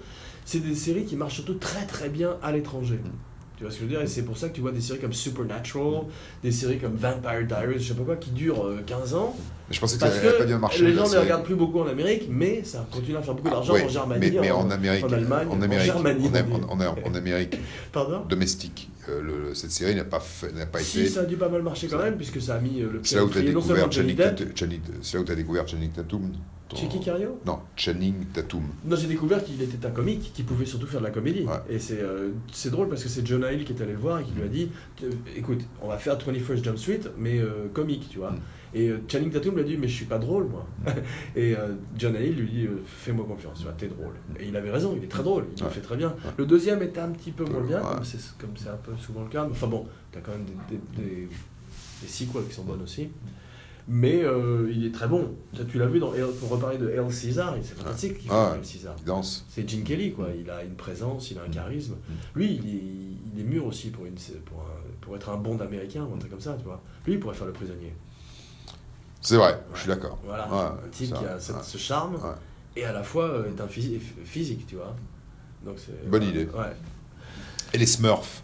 c'est des séries qui marchent surtout très très bien à l'étranger.
Mm.
Tu vois ce que je veux dire Et c'est pour ça que tu vois des séries comme Supernatural, des séries comme Vampire Diaries, je sais pas quoi, qui durent euh, 15 ans.
je pensais que ça
Parce
n'avait pas bien
que
marché.
les
la
gens ne les
série.
regardent plus beaucoup en Amérique, mais ça continue à faire beaucoup
Ah,
d'argent hein.
ouais,
en Germanie.
Mais, mais en, Amérique,
en Allemagne, en
Amérique,
Germanie,
en Am-
on dit.
en- en- en Amérique
Pardon
domestique, euh, le- le- cette série n'a pas, fait- n'a pas
Si,
été.
ça a dû pas mal marcher quand même, puisque ça a mis euh, le
C'est
pied à
là où tu as
l'étrier, non seulement
découvert
Johnny
Channing
Depp,
Tatum. Channing- C'est là où t'as découvert Channing Tatum. ton-
Chicky Cario
Non, Channing Tatum.
Non, j'ai découvert qu'il était un comique, qui pouvait surtout faire de la comédie.
Ouais.
Et c'est euh, c'est drôle parce que c'est Jonah Hill qui est allé le voir et qui lui a dit euh, Écoute, on va faire 21st Jump Street, mais euh, comique, tu vois.
Mm.
Et euh, Channing Tatum lui a dit Mais je suis pas drôle, moi. et euh, Jonah Hill lui dit euh, Fais-moi confiance, tu vois, t'es drôle. Et il avait raison, il est très drôle, il le
Mm. Ouais.
fait très bien.
Ouais.
Le deuxième était un petit peu
Peu,
moins bien,
ouais.
comme c'est- comme c'est un peu souvent le cas. Mais Enfin bon, t'as quand même des, des, des, des sequels qui sont bonnes aussi. Mais euh, il est très bon. Ça, tu l'as vu dans El, pour reparler de El César, c'est fantastique qu'il fait
Ouais.
El César.
Il danse.
C'est Gene Kelly, quoi. Il a une présence, il a un
Mm.
charisme. Lui, il est, il est mûr aussi pour, une, pour, un- pour être un bond américain ou un truc comme ça, tu vois. Lui, il pourrait faire le prisonnier.
C'est vrai, je suis d'accord.
Voilà.
Ouais,
un type
ça,
qui a cette-
ouais.
ce charme
Ouais.
et à la fois euh, est un physique, physique tu vois. Donc c'est-
Bonne idée.
Ouais.
Et les Smurfs.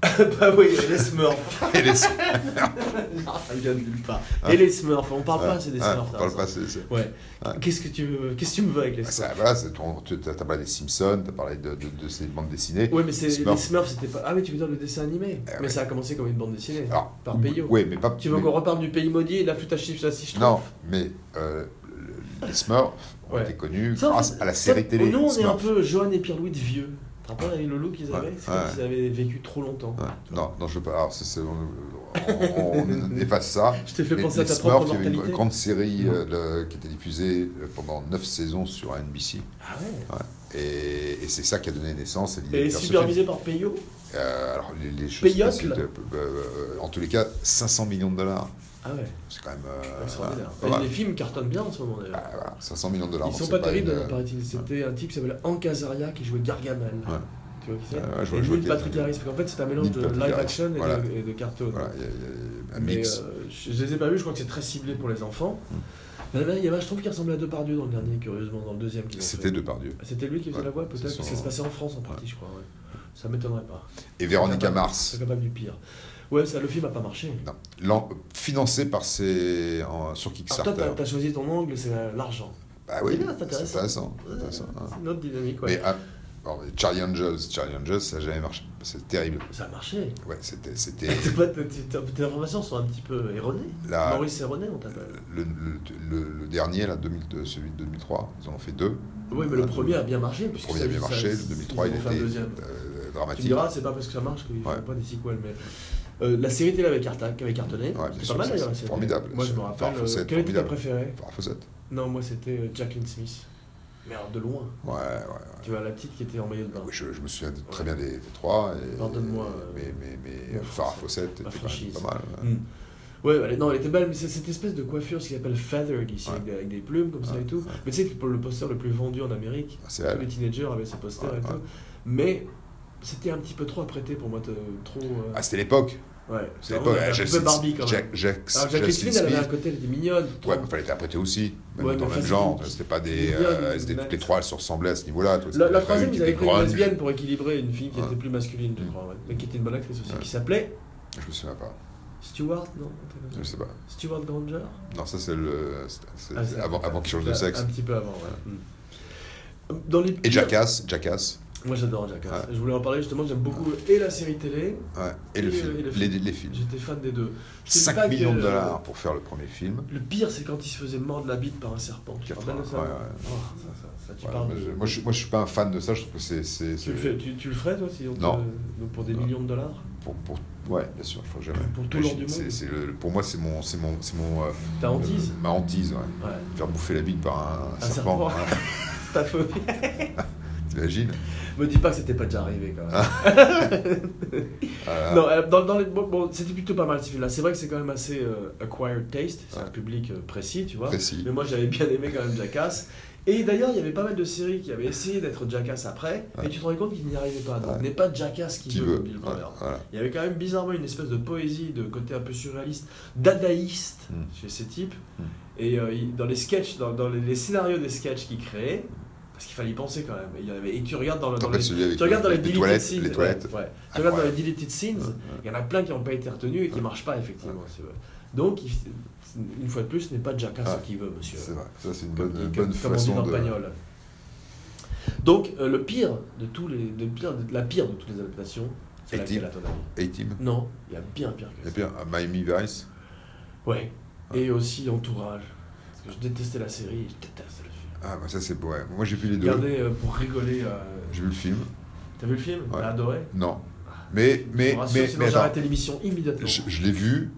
bah oui, les Smurfs.
Et les Smurfs.
non, ça vient de nulle part.
Ah.
Et les Smurfs, on parle pas,
Ouais,
c'est des
ouais,
Smurfs.
Ah, on
t'as
parle
raison.
pas, c'est- c'est-
Ouais.
Ouais.
Qu'est-ce que tu veux Qu'est-ce que tu me veux avec les
Ah,
Smurfs
ça, voilà, c'est ton- tu as parlé des Simpsons, tu as parlé de, de- de ces bandes dessinées.
Ouais, mais c'est les
Smurfs.
Smurfs, c'était pas. Ah oui, tu veux dire le dessin animé
Eh
Mais
ouais.
ça a commencé comme une bande dessinée.
Alors,
Par Peyo.
Oui, mais pas.
Tu veux
mais-
qu'on reparle du pays maudit et de la flûte à chips à six
Non, mais euh, le- les Smurfs ont
Ouais.
été connus
Ça, en
grâce
fait,
Ah, à la
ça-
série télé.
Nous, on est un
Smurfs.
peu Johan et Pierre-Louis de vieux. T'as pas avec le look qu'ils avaient
Ouais,
C'est comme
ouais.
s'ils avaient vécu trop longtemps.
Ouais. Non, non, je veux pas. Alors, c'est- c'est- on, on- on efface ça.
Je t'ai fait
Les-
penser à
les
ta
Smurfs,
propre
il y avait une
mortalité.
grande série euh, de- qui était diffusée euh, pendant 9 saisons sur NBC.
Ah ouais.
Et, et c'est ça qui a donné naissance à l'idée
Et
de faire ce
supervisé par Peyo
film. Euh, alors, les, les choses.
Payotte,
possibles,
là.
euh, euh, en tous les cas, 500 millions de dollars.
Ah ouais,
C'est quand même. euh,
extraordinaire.
voilà.
Et les films cartonnent bien en ce moment d'ailleurs.
Ah, voilà, 500 millions de dollars.
Ils
bon,
sont
c'est
pas terribles,
une- euh,
hein, paraît-il. C'était un type qui s'appelle Hank Azaria qui jouait Gargamel. Tu vois qui c'est
Ouais, ouais, je vois-
Et
je vois
Neil
qui-
Patrick Harris. En fait, c'est un mélange
Neil
de
Patrick
live
Harris.
action et,
Voilà.
de, et de cartoon.
Voilà, il y a- il y a un
Mais,
mix. Mm.
euh, je, je les ai pas vus, je crois que c'est très ciblé pour les enfants. Mais là, il y avait, je trouve qu'il ressemblait à Depardieu dans le dernier, curieusement, dans le deuxième qu'ils ont
C'était
fait. Ah,
Depardieu.
C'était lui qui faisait
Ouais,
la voix, peut-être,
c'est
parce
son-
que ça se passait en France en partie, je crois. ouais. Ça m'étonnerait pas.
Et Véronica
capable-
Mars.
C'est capable du pire. Ouais, ça, le film a pas marché.
Non. Lan- Financé par ses. en- sur
Alors Ah, toi,
Kickstarter.
t'as- Ah, t'as choisi ton angle, c'est euh, l'argent.
Bah oui,
C'est bien,
c'est
c'est
intéressant. c'est intéressant, hein.
C'est notre dynamique, ouais.
Mais ah, bon, mais Charlie Angels, Charlie Angels, ça n'a jamais marché. C'est terrible.
Ça a marché.
Ouais, c'était, c'était
T'es pas- Tes tes- tes informations sont un petit peu erronées.
la,
Maurice erroné, on t'appelle.
le, le- le- le dernier, là, 2002, celui de 2003. Ils en ont fait deux.
Oui, mais le premier a bien marché.
euh, Le premier a bien marché, le 2003, il était
deuxième.
euh,
Tu
dramatique.
me diras, c'est pas parce que ça marche qu'ils
Ouais.
font pas des sequels, mais. euh, la série télé avec Arta, qui avait cartonné,
Ouais, bien
c'était
sûr,
pas mal
ça,
d'ailleurs.
c'est
la série.
formidable.
Moi je me
C'est-
rappelle.
Parfois, c'est
euh, Quelle était ta
formidable.
préférée
Enfin, faut être-
Non, moi c'était euh, Jacqueline Smith. Mais alors de loin.
Ouais, ouais.
Tu vois la petite qui était en maillot de bain.
Oui, je, je me souviens de- très bien des, des trois. et-
Pardonne-moi, euh,
Mais, mais, mais
mon
euh, Farrah
français.
Fawcett était
Ma
quand même
franchise.
pas mal. hein.
Mm. Ouais, elle est- non, elle était belle, mais c'est cette espèce de coiffure, ce qu'ils appellent feathered ici,
Ouais.
avec, des, avec des plumes comme ça
Ouais,
et tout.
ouais.
Mais tu sais que pour le poster le plus vendu en Amérique,
Ah, C'est
tous les
elle.
teenagers avaient ces posters
Ouais,
et
ouais.
tout. Mais c'était un petit peu trop apprêté pour moi, te- trop. euh,
Ah, c'était l'époque.
ouais,
C'était
vraiment,
l'époque.
elle était un petit
Ah,
peu
Jackson-
Barbie quand même.
Jack- Jack-
Alors
Jackson
Jacqueline Smith, elle avait un
Smith.
côté, elle était mignonne. trop-
Ouais, mais fallait t'apprêter aussi, même
Ouais, mais
dans le même
facile.
genre. C'était pas des. euh,
Lesbienne,
c'était-
mais-
toutes les trois, elles se ressemblaient à ce niveau-là. toi,
La,
c'était
la
une
troisième,
qui
ils avaient
était
pris une
grunge.
lesbienne pour équilibrer une fille qui
Ouais.
était plus masculine, je
Mm.
crois, ouais. mais qui était une bonne actrice aussi,
Ouais.
qui s'appelait
Je me souviens pas.
Stewart, non un truc
Je
comme ça.
sais pas.
Stewart Granger
Non, ça, c'est le. c'est- c'est-
Ah, c'est-
avant avant qu'il change de
Un-
sexe.
Un petit peu avant, ouais. Mm. Dans les
Et
pires-
Jackass, Jackass.
Moi j'adore Jackass.
Ouais.
Je voulais en parler justement, j'aime beaucoup et la série télé,
Ouais. Et le
Et,
film.
euh, et le
les,
film.
les films.
j'étais fan des deux. Je sais pas euh,
5
que-
millions de dollars pour faire le premier film.
Le pire, c'est quand il se faisait mordre la bite par un serpent. Tu te rappelles de ça
Ouais, ouais.
Oh, ça, ça, ça, tu
Ouais,
parles
mais
de-
je- moi, je, moi, je suis pas un fan de ça. Je trouve que c'est. c'est-
Tu le,
c'est-
fais- tu- tu le ferais toi si on te-
Non.
donc pour des
Non.
millions de dollars
Pour, pour- ouais, bien sûr, je crois jamais.
Pour tout
Mais
l'or
je-
du
c'est-
monde.
c'est le- pour moi, c'est mon, c'est mon, c'est mon. euh,
T'as hantise
ma hantise, ouais.
Ouais.
Faire bouffer la bite par un,
Un serpent.
serpent. ouais.
C'est ta phobie.
T'imagines
Me dis pas que c'était pas déjà arrivé quand même.
Euh,
Non, euh, dans, dans les, bon, bon, c'était plutôt pas mal ce film-là. C'est vrai que c'est quand même assez euh, acquired taste, c'est un
Ouais.
public euh, précis, tu vois.
Précis.
Mais moi j'avais bien aimé quand même Jackass. Et d'ailleurs, il y avait pas mal de séries qui avaient essayé d'être Jackass après, mais
Ouais.
tu te rends compte qu'ils n'y arrivaient pas. Donc
Ouais.
n'est pas Jackass qui,
Qui
veut,
veut
Bill
voilà,
Browder.
voilà.
Il y avait quand même bizarrement une espèce de poésie, de côté un peu surréaliste, dadaïste
Mm.
chez ces types.
Mm.
Et euh, il- dans les sketchs, dans, dans les, les scénarios des sketchs qu'ils créaient, parce qu'il fallait y penser quand même. Et, il y en avait- et tu regardes dans, le,
T'en
dans
fais
les
celui avec
tu regardes dans les, deleted
toilettes,
scenes.
les
ouais,
toilettes.
ouais. Tu regardes dans les
Incroyable.
deleted scenes,
Ouais,
il y en a plein qui n'ont pas été retenus et qui ne marchent pas, effectivement. c'est vrai. Donc, il- une fois de plus, ce n'est pas Jackass
Ouais.
ce qu'il veut, monsieur.
C'est vrai, ça c'est une
Comme
bonne,
dit- comme- comme
bonne
on dit
façon
dans
de.
Pagnol. Donc, euh, le pire de tous les, de pire, de- la pire de toutes les adaptations, c'est
Et
laquelle,
Tim.
à ton avis
A-Team.
Non, il y a bien pire que
Et
ça.
puis un Miami Vice.
Ouais.
Ah.
Et aussi Entourage. Parce que je détestais la série, et je déteste le film.
Ah, bah, ça c'est beau, ouais. Moi j'ai vu les deux.
Regardez euh, pour rigoler. euh,
J'ai vu le film.
T'as vu le film
Ouais.
T'as adoré
Non. Mais, mais,
Je vous rassure,
mais,
sinon
mais attends,
j'arrêtais l'émission immédiatement.
je, je l'ai vu.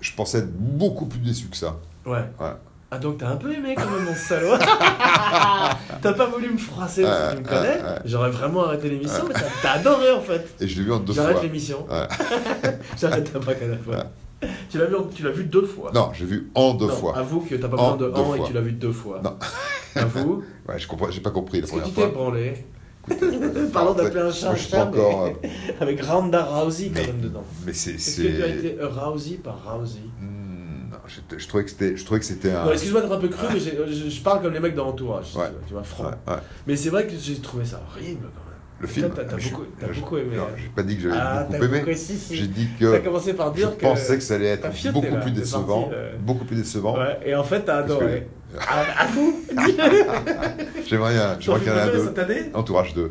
Je pensais être beaucoup plus déçu que ça.
Ouais.
Ouais.
Ah donc t'as un peu aimé quand même mon salaud T'as pas voulu me froisser parce que tu me
Ouais,
connais
ouais, ouais.
J'aurais vraiment arrêté l'émission mais t'as- t'as adoré en fait
Et je l'ai vu en deux
J'arrête
fois.
l'émission
Ouais.
J'arrête pas qu'à la fois Tu l'as vu, en- tu l'as vu deux fois
Non, j'ai vu en deux
Non, ah
fois.
Avoue que t'as pas
En
besoin de
deux
en et
fois.
que tu l'as vu deux fois
Non.
Avoue
Ouais, je comprends, j'ai pas compris la
Est-ce que
première
tu t'es
fois.
branlé
Écoute,
Parlons
après,
d'appeler un chat
moi,
un
je suis
chat,
pas encore. euh,
Avec Ronda Rousey quand
Mais-
même dedans
Mais c'est.
Est-ce que tu as
c'est-
été arousé par Rousey
Hmm, Non, je, je trouvais que c'était, je trouvais que c'était un.
Non, excuse-moi d'être un peu cru, mais j'ai- je, je parle comme les mecs dans Entourage,
Ah. Ouais.
tu vois, tu vois, franc.
Ouais, ouais.
Mais c'est vrai que j'ai trouvé ça horrible quand même.
Le film. Ah,
Toi, t'as- t'as
mais je-
beaucoup- t'as
je-
beaucoup aimé,
non,
hein.
j'ai pas dit que j'avais
Ah,
beaucoup
t'as
aimé.
compris, si, si.
J'ai dit
T'as
que
commencé par
je
dire que.
pensais que ça allait
t'as
être
fioté,
beaucoup
là,
plus
t'es
décevant,
parti, euh,
beaucoup plus décevant.
Ouais, et en fait, t'as
Parce que-
adoré. Ah, À, à vous
J'aimerais, bien-
J'aurais
j'aimerais qu'il y en ait un deux.
cette année
Entourage 2.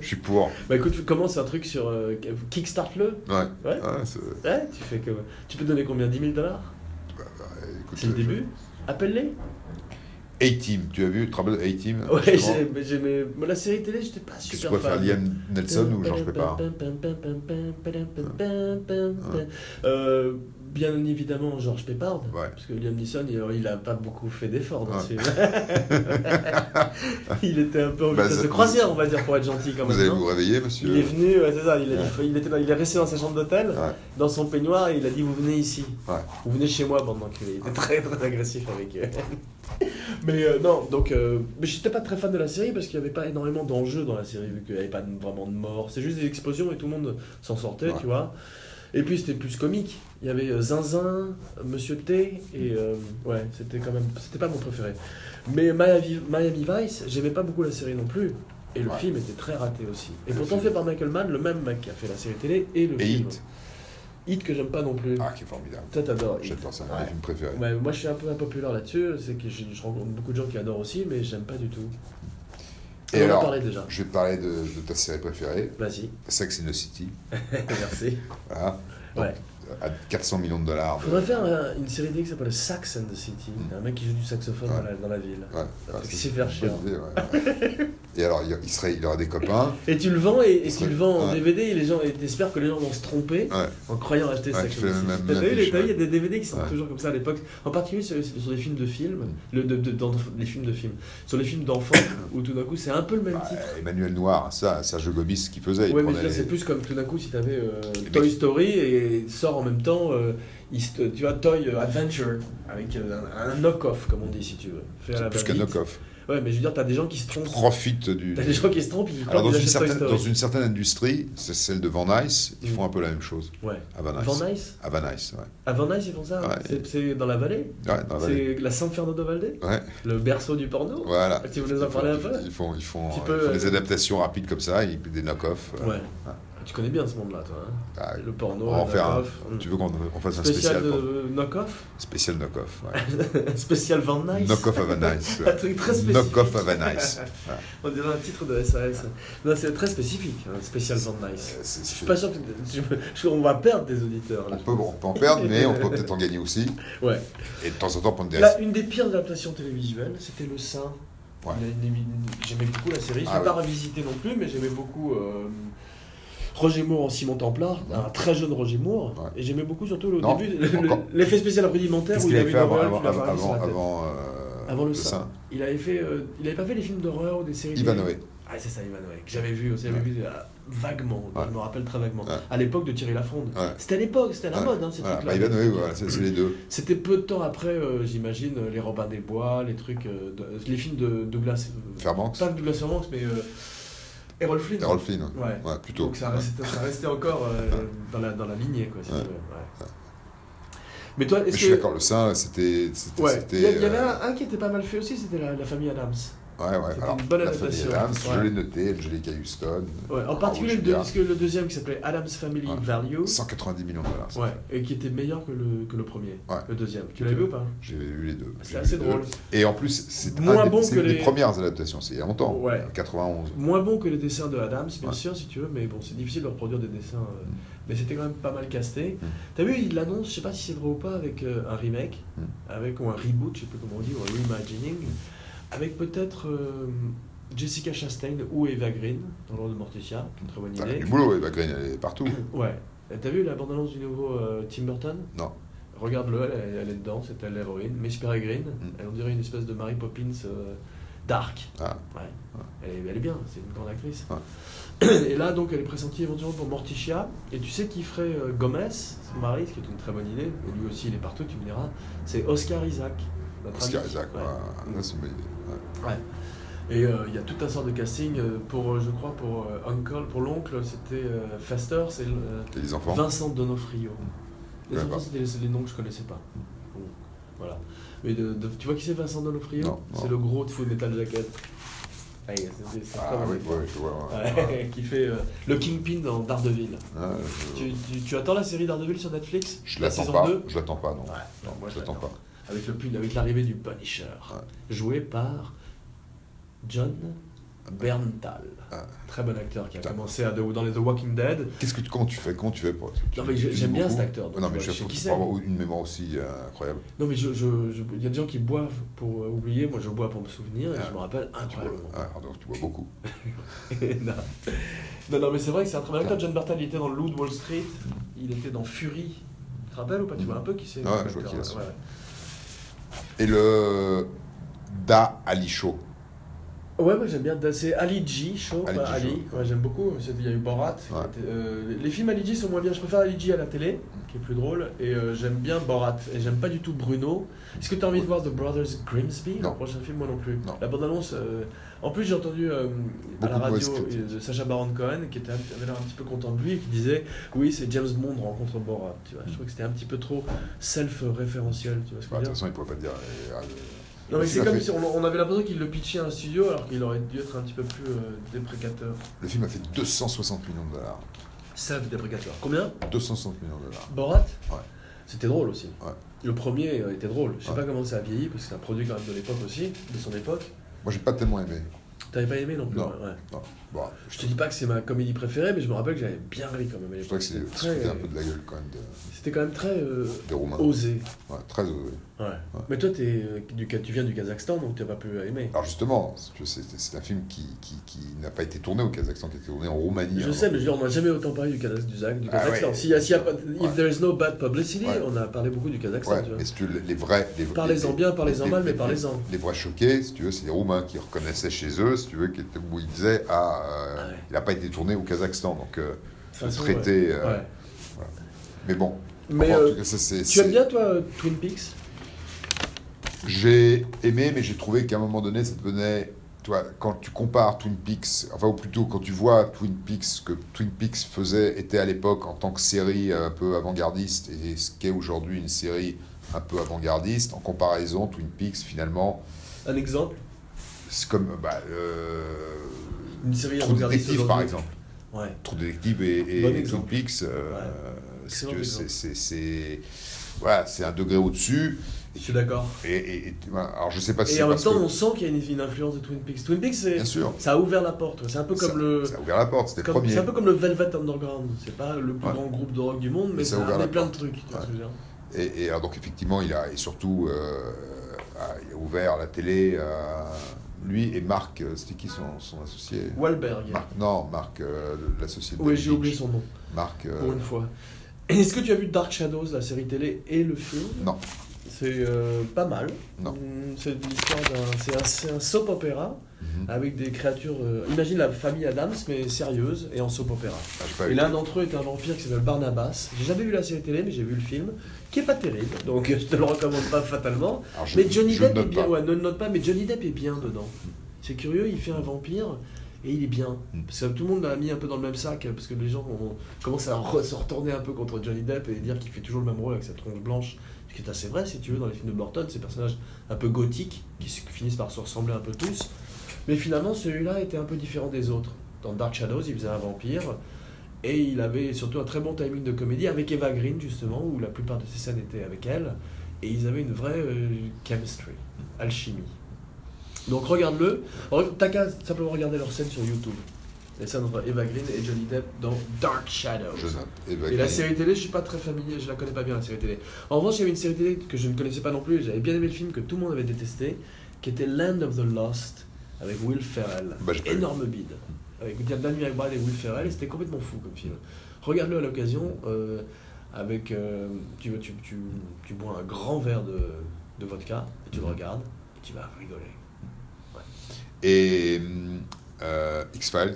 Je suis pour.
Bah écoute, commence un truc sur. euh, Kickstart-le.
Ouais.
Ouais.
Ouais, c'est-
Ouais, tu fais comme. Tu peux donner combien 10 000 dollars
euh, écoute,
C'est le
je-
début Appelle-les
A-Team, tu as vu, tu te rappelles A-Team
Ouais,
justement
j'ai- mais j'ai mes- mais La série télé, j'étais pas
Qu'est-ce que
super
tu préfères,
fan.
Liam Nelson ou Georges Pépard
Euh, Bien évidemment, Georges Pépard.
Ouais.
Parce que Liam Neeson, il, il a pas beaucoup fait d'efforts dans ce
Ouais.
film. il était un peu en
Bah,
vitesse
ça-
de croisière, on va dire, pour être gentil quand
Vous
même.
allez
non
vous réveiller,
il est
monsieur
venu, ouais, c'est ça, il, a-
Ouais.
il était dans- il est resté dans sa chambre d'hôtel,
Ouais.
dans son peignoir, et il a dit Vous venez ici.
Ouais.
Vous venez chez moi, bande d'enculés. Il était très très agressif avec eux. mais euh, non, donc. euh, mais j'étais pas très fan de la série parce qu'il n'y avait pas énormément d'enjeux dans la série, vu qu'il n'y avait pas de- vraiment de mort. C'est juste des explosions et tout le monde s'en sortait,
Ouais.
tu vois. Et puis c'était plus comique. Il y avait euh, Zinzin, Monsieur T, et euh, ouais, c'était quand même. C'était pas mon préféré. Mais Miami, Miami Vice, j'aimais pas beaucoup la série non plus. Et le
Ouais.
film était très raté aussi. Et
Le
pourtant
film.
fait par Michael Mann, le même mec qui a fait la série télé et le
Et
film.
Hit.
Hit que j'aime pas non plus.
Ah, qui est formidable.
Toi t'adores Hit.
J'adore, c'est un de
Ouais.
mes films préférés.
Ouais, moi je suis un peu impopulaire là-dessus, c'est que je, je rencontre beaucoup de gens qui adorent aussi, mais j'aime pas du tout.
Et
on en
alors
parlait déjà.
Je vais te parler de, de ta série préférée,
Vas-y,
Sex in the City.
merci.
Voilà.
Ouais.
À 400 millions de dollars. de-
Faudrait faire un- une série télé qui s'appelle Sax and the City.
Mm.
Un mec qui joue du saxophone dans,
Ouais.
la, dans la ville.
Ouais, ouais,
truc
Ah, c'est
super
une
cher.
bonne idée, ouais, ouais. Et alors, il il serait, il aurait des copains.
Et tu le vends et, et tu
Ouais.
le vends en
Ouais.
DVD et les gens et t'espères que les gens vont se tromper
Ouais.
en croyant acheter
Ouais,
Sax
tu
and
fais
the
la
City.
même-
T'as
même
vu, les-
affiche,
t'as vu, il y a
ouais.
des DVD qui sont
Ouais.
toujours comme ça à l'époque. En particulier sur, sur les films de films, le, de, de- dans- les films de films, sur les films d'enfants où tout d'un coup c'est un peu le même titre.
Euh, Emmanuel Noir, ça, Serge Gobis, ce qu'il faisait. il
Ouais, mais
prenait
là,
les-
c'est plus comme tout d'un coup si t'avais euh,
mecs-
Toy Story et sort en même temps, euh, East- tu vois, Toy euh, Adventure, avec euh, un, un knock-off, comme on dit, si tu veux. Fait à la
C'est plus qu'un
va-vite.
knock-off.
Ouais, mais je veux dire, t'as des gens qui se trompent.
Profite du.
T'as des gens qui se trompent, ils croient
Alors, dans
qu'ils
une,
achètent Toy
certaine, dans
Story.
une certaine industrie, c'est celle de Van Nuys, ils
Mm.
font un peu la même chose.
Ouais.
À Van Nuys.
Van Nuys
À Van Nuys, ouais.
À Van Nuys, ils font ça
Ah, Ouais.
C'est- C'est dans la vallée
Ouais, dans la vallée.
C'est la San Fernando Valley
Ouais,
Le berceau du porno Ah,
voilà.
Tu veux nous en parler un peu
Ils font, ils font,
Tu
ils
peux,
font
euh,
des adaptations rapides comme ça, ils- des knock-offs. euh,
Ouais. Ah, Tu connais bien ce monde-là, toi. hein.
ah,
Le porno,
on va en
le
faire un.
knock-off. Hum.
Tu veux qu'on on fasse un
Mm. Spécial
spécial pour-
euh, knock-off
Spécial knock-off. ouais.
Spécial Van Nuys
Knock-off à Van Nuys.
Un truc très spécifique.
Knock-off à Van Nuys.
On dirait un titre de SAS. Non, c'est très spécifique, hein, spécial Van Nice.
Euh, c'est-
Je
c'est-
suis pas sûr que. je- je- on va perdre des auditeurs.
On
Là.
peut, on peut en perdre, mais on peut peut-être en gagner aussi.
Ouais.
Et de temps en temps prendre des
Là, une des pires adaptations télévisuelles, c'était Le Saint.
Ouais.
Il y a une émi- J'aimais beaucoup la série. Je l'ai
Ah
pas
ouais.
revisité non plus, mais j'aimais beaucoup. euh, Roger Moore en Simon Templar,
Ouais.
un très jeune Roger Moore,
Ouais.
et j'aimais beaucoup surtout le
Non,
début, le-
encore.
l'effet spécial rudimentaire
Qu'est-ce
où il
qu'il
y
avait
avait
fait
une
avant,
auréole
avant,
qui l'avait
avant,
arrivée sur
avant,
la tête.
euh,
Avant le
le
sein.
sein
Il avait fait, euh, il avait pas fait les films d'horreur ou des séries. télé
Ivanhoe.
Ah, c'est ça, Ivanhoe, que j'avais vu aussi, j'avais
Ouais.
vu euh, vaguement,
Ouais.
je me rappelle très vaguement,
Ouais.
à l'époque de Thierry Lafonde.
Ouais.
C'était à l'époque, c'était à la
Ouais.
mode, hein, ces
Voilà,
trucs-là.
bah, Ivanhoe, voilà, c'est c'est les deux.
C'était peu de temps après, euh, j'imagine, euh, les Robins des Bois, les trucs, euh, de- les films de Douglas, euh,
Fairbanks,
pas de Douglas Fairbanks, mais euh, Errol Flynn.
Errol Flynn, ouais.
Ouais.
Ouais, plutôt.
Donc ça restait, ça restait encore euh, dans, la, dans la lignée, quoi, si
Ouais.
tu veux, ouais. Mais toi,
Mais je
est-ce
suis
que...
d'accord, le sein, c'était. c'était-
Ouais, il
c'était,
y, a- il y en
euh,
a un qui était pas mal fait aussi, c'était la, la famille Adams.
Ouais, ouais.
c'était
Alors,
une bonne
la famille
adaptation.
Adams,
Ouais.
je l'ai noté, Angelica Houston.
Ouais, en
Raoul
particulier le, deux-
Julia.
parce que le deuxième qui s'appelait Adams Family
Oh, Ouais.
Value.
190 millions de dollars. ça.
Ouais, et qui était meilleur que le, que le premier,
Ouais.
le deuxième. Tu l'as vu ou pas Bah,
J'ai vu les deux.
C'est
J'ai vu
assez
les
drôle.
deux. Et en plus, c'est
Moins
un des,
bon
c'est
que
une
les-
des premières adaptations, c'est il y a longtemps.
Ouais.
91.
Moins bon que les dessins de Adams, bien
Ouais.
sûr, si tu veux, mais bon, c'est difficile de reproduire des dessins. euh,
Mm.
Mais c'était quand même pas mal casté.
Mm.
T'as vu, il l'annonce, je sais pas si c'est vrai ou pas, avec euh, un remake,
Mm.
avec ou un reboot, je sais plus comment on dit, ou un reimagining, avec peut-être euh, Jessica Chastain ou Eva Green dans le rôle de Morticia, une très bonne
T'as
idée.
du boulot, Eva Green, elle est partout.
Ouais. Et T'as vu la bande-annonce du nouveau euh, Tim Burton
Non.
Regarde-le, elle, elle est dedans, c'est elle l'héroïne. Miss Peregrine,
Mm.
elle on dirait une espèce de Mary Poppins euh, dark.
Ah.
Ouais. Elle, est, elle est bien, c'est une grande actrice. Et là, donc, elle est pressentie éventuellement pour Morticia. Et tu sais qui ferait euh, Gomez, son mari, ce qui est une très bonne idée, et lui aussi il est partout, tu me diras, c'est Oscar Isaac. notre
Oscar
ami.
Isaac,
Ouais.
ouais. Ouais, c'est une bonne idée. Ouais.
Et euh, il y a tout un sort de casting euh, pour, euh, je crois, pour euh, Uncle, pour l'oncle, c'était euh, Faster, c'est le-
Et les enfants
Vincent Donofrio. Les
Ouais,
enfants,
bah.
c'était les, les noms que je connaissais pas. Voilà. Mais de, de- tu vois qui c'est Vincent Donofrio
Non, non.
C'est le gros de Full Metal Jacket. Ah, il- c'est- c'est- c'est
Ah
très bon.
oui, ouais, je vois. ouais.
Ouais, qui fait euh, le Kingpin dans Daredevil.
Ah, je-
Tu, tu- tu attends la série Daredevil sur Netflix
je
La
l'attends
saison
pas.
2
Je l'attends pas, non.
Ouais,
Non,
moi,
je l'attends pas.
Avec le pull, avec l'arrivée du Punisher,
Ouais.
joué par John Berntal.
ben. Ah.
Très bon acteur qui a
Putain.
commencé à The- dans les The Walking Dead.
Qu'est-ce que tu- comment tu fais Comment tu fais pour tu- tu-
mais
tu
je-
lis
j'aime bien
beaucoup
cet acteur, donc
Non
je
mais
vois- je
je
sais
sais
qui
qu'il
c'est.
faut avoir une mémoire aussi euh, incroyable.
Non mais je, je- je- il y a des gens qui boivent pour euh, oublier, moi je bois pour me souvenir et
Ah.
je me rappelle
Tu bois,
incroyablement.
ah, donc tu bois beaucoup.
non. non, non, mais c'est vrai que c'est un très bon acteur. John Bertal, il était dans le Loup de Wall Street, il était dans Fury. Tu te rappelles ou pas Tu vois un peu qui c'est euh,
Ouais,
comme
je vois
acteur,
qui c'est.
ouais, ouais.
Et le Da Ali Show.
Ouais, moi j'aime bien. C'est Ali G, show,
Ali
pas
G,
Ali.
show.
Ouais, j'aime beaucoup. C'est- Il y a eu Borat. qui
Ouais.
était- euh, les films Ali G sont moins bien. Je préfère Ali G à la télé, qui est plus drôle. Et euh, j'aime bien Borat. Et j'aime pas du tout Bruno. Est-ce que t'as envie de voir The Brothers Grimsby
Non.
Le prochain film, moi non plus.
Non.
La bande-annonce. euh, en plus, j'ai entendu euh, à
Beaucoup
la
de
radio
mauvaises critiques.
euh, de Sacha Baron Cohen, qui était, avait l'air un petit peu content de lui, et qui disait Oui, c'est James Bond rencontre Borat. Tu
Mm.
vois. Je trouve que c'était un petit peu trop self-référentiel. Tu vois ce que
Bah,
je
de
veux dire
toute façon, il pourrait pas te dire. euh, ah, euh,
non mais
Il
c'est
a
comme
fait-
si on, on avait l'impression qu'il le pitchait à un studio alors qu'il aurait dû être un petit peu plus euh, déprécateur.
Le film a fait 260 millions de dollars.
Save déprécateur. Combien
260 millions de dollars.
Borat
Ouais.
C'était drôle aussi.
Ouais.
Le premier euh, était drôle. Je sais
Ouais.
pas comment ça a vieilli parce que c'est un produit quand même de l'époque aussi, de son époque.
Moi, j'ai pas tellement aimé.
T'avais pas aimé non plus
Non.
ouais, ouais.
Non. Bon, je
Je
te
te dis pas que c'est ma comédie préférée mais je me rappelle que j'avais bien ri quand même à
je
l'époque.
crois que c'est
C'était
c'était
très- euh,
un peu de la gueule quand même de-
C'était quand même très euh,
des Roumains.
osé.
Ouais, très euh, osé.
Ouais. Mais toi t'es, euh, du, tu viens du Kazakhstan donc t'as pas pu aimer.
Alors justement, si tu veux, c'est c'est un film qui, qui, qui n'a pas été tourné au Kazakhstan, qui a été tourné en Roumanie. hein,
Je
avant.
sais, mais je veux dire, on n'a jamais autant parlé du, Kazakh- du, Zag- du
Ah
Kazakhstan.
ouais.
S'il y a- s'il y a pas-
Ouais.
If there is no bad publicity,
Ouais.
on a parlé beaucoup du Kazakhstan.
Ouais,
tu vois.
mais si tu veux, les vrais... les-
Parlez-en
les-
bien, parlez-en
les-
mal, mais
les-
parlez-en.
Les vrais choqués, si tu veux, c'est les Roumains qui reconnaissaient chez eux, si tu veux, qui étaient- où ils disaient « Ah, euh,
Ah ouais.
il n'a pas été tourné au Kazakhstan, donc
De
euh,
toute
le
façon, ouais.
traité... euh,
Ouais.
Mais bon,
Mais
Enfin, en
euh,
tout cas, ça, c'est-
tu aimes
c'est-
bien, toi, euh, Twin Peaks
J'ai aimé, mais j'ai trouvé qu'à un moment donné, ça devenait. Toi, quand tu compares Twin Peaks, enfin, ou plutôt quand tu vois Twin Peaks, ce que Twin Peaks faisait, était à l'époque en tant que série euh, un peu avant-gardiste, et ce qu'est aujourd'hui une série un peu avant-gardiste, en comparaison, Twin Peaks, finalement,
Un exemple
c'est comme. euh, Bah, euh,
Une série à
Trou
regarder
Détective,
aujourd'hui.
par exemple.
Ouais.
Trou Détective et, et
Bon
Twin
exemple.
Peaks, euh,
Ouais.
si tu
Excellent
veux, c'est-
exemple.
c'est- c'est. Voilà, c'est un degré au-dessus.
Je suis d'accord.
Et, et- et- alors, je sais pas si
Et
c'est
en même
parce
temps,
que-
on sent qu'il y a une, une influence de Twin Peaks. Twin Peaks, c'est-
Bien sûr.
ça a ouvert la porte. quoi. C'est un peu
ça,
comme le.
ça a ouvert la porte, c'était le
comme-
premier.
C'est un peu comme le Velvet Underground. C'est pas le plus
Ouais.
grand groupe de rock du monde, mais,
Mais ça a
ça
ouvert
a amené
la
plein de
porte.
trucs. tu vois
Ouais.
ce que je veux dire
Et, et alors, donc, effectivement, il a et surtout euh, ah, il a ouvert la télé. euh, lui et Marc, euh, c'était qui son, son associé
Wahlberg.
Marc, non, Marc, euh, l'associé de
Oui,
David
j'ai oublié
Lynch.
son nom.
Marc, euh,
Pour une fois. Est-ce que tu as vu Dark Shadows, la série télé et le film
non,
C'est euh, pas mal.
Non.
Mm, C'est l'histoire d'un, c'est un, c'est un soap opéra
Mhm.
avec des créatures. euh, imagine la famille Adams mais sérieuse et en soap opéra.
Ah, j'ai pas
Et
vu.
l'un d'entre eux est un vampire qui s'appelle Barnabas. J'ai jamais vu la série télé mais j'ai vu le film qui est pas terrible donc je te le recommande pas fatalement.
Alors, je-
Mais Johnny
je ne
Depp est
note
bien.
pas.
Ouais, ne le note pas mais Johnny Depp est bien dedans. C'est curieux, il fait un vampire. Et il est bien.
Mm.
Parce que tout le monde l'a mis un peu dans le même sac, euh, parce que les gens ont- commencent à re- se retourner un peu contre Johnny Depp et dire qu'il fait toujours le même rôle avec sa tronche blanche. Ce qui est assez vrai, si tu veux, dans les films de Burton, ces personnages un peu gothiques, qui se- qui finissent par se ressembler un peu tous. Mais finalement, celui-là était un peu différent des autres. Dans Dark Shadows, il faisait un vampire. Et il avait surtout un très bon timing de comédie avec Eva Green, justement, où la plupart de ses scènes étaient avec elle. Et ils avaient une vraie euh, chemistry, alchimie. Donc regarde-le. Re- T'as qu'à simplement regarder leurs scènes sur YouTube. Les scènes entre Eva Green et Johnny Depp dans Dark Shadows.
Je note. Eh ben,
Et la
Green.
série télé, je suis pas très familier, je la connais pas bien la série télé. En revanche, il y avait une série télé que je ne connaissais pas non plus, et j'avais bien aimé le film que tout le monde avait détesté, qui était Land of the Lost avec Will Ferrell.
Bah, j'ai pas vu.
Énorme bide. Avec Danny McBride et Will Ferrell, et c'était complètement fou comme film. Regarde-le à l'occasion euh, avec euh, tu, tu, tu, tu bois un grand verre de, de vodka et tu le regardes et tu vas rigoler.
Et euh, X-Files.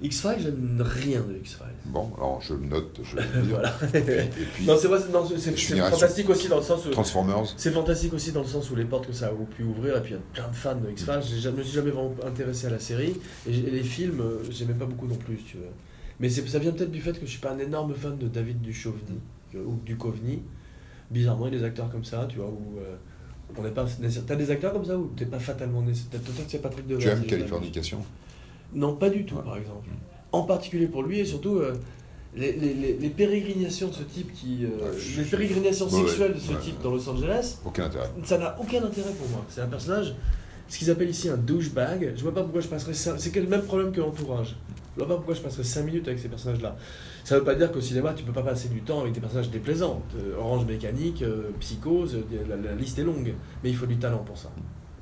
X-Files, j'aime rien de X-Files.
Bon, alors je le note, je vais le dire.
Voilà.
Et puis, et puis
Non, c'est vrai, c'est- non, c'est- c'est
Je
c'est
finirai sur-
fantastique aussi dans le sens où
Transformers.
C'est fantastique aussi dans le sens où les portes que ça a pu ouvrir, et puis il y a plein de fans de X-Files. j'ai jamais- Je me suis jamais vraiment intéressé à la série, et j'ai- les films, euh, j'aimais pas beaucoup non plus, si tu veux. Mais c'est- ça vient peut-être du fait que je suis pas un énorme fan de David Duchovny, que- ou Duchovny, bizarrement, il y a des acteurs comme ça, tu vois, où euh, on n'est pas. nécessaire- T'as des acteurs comme ça où t'es pas fatalement nécessaire. Peut-être que c'est Patrick Devers.
Tu aimes
si j'ai pas de-
Californication
Non, pas du tout,
Ouais.
par exemple.
Mm.
En particulier pour lui, et surtout euh, les, les- les- les pérégrinations de ce type qui. euh,
Ouais, je-
les
je-
pérégrinations
Ouais, ouais,
sexuelles de ce
ouais,
type
ouais.
dans Los Angeles,
Aucun intérêt.
ça n'a aucun intérêt pour moi. C'est un personnage, ce qu'ils appellent ici un douchebag. Je vois pas pourquoi je passerais ça. C'est quel- le même problème que l'entourage. Je vois pas pourquoi je passerais 5 minutes avec ces personnages-là. Ça veut pas dire qu'au cinéma, tu peux pas passer du temps avec des personnages déplaisants. Euh, Orange Mécanique, euh, Psychose, euh, la, la liste est longue. Mais il faut du talent pour ça.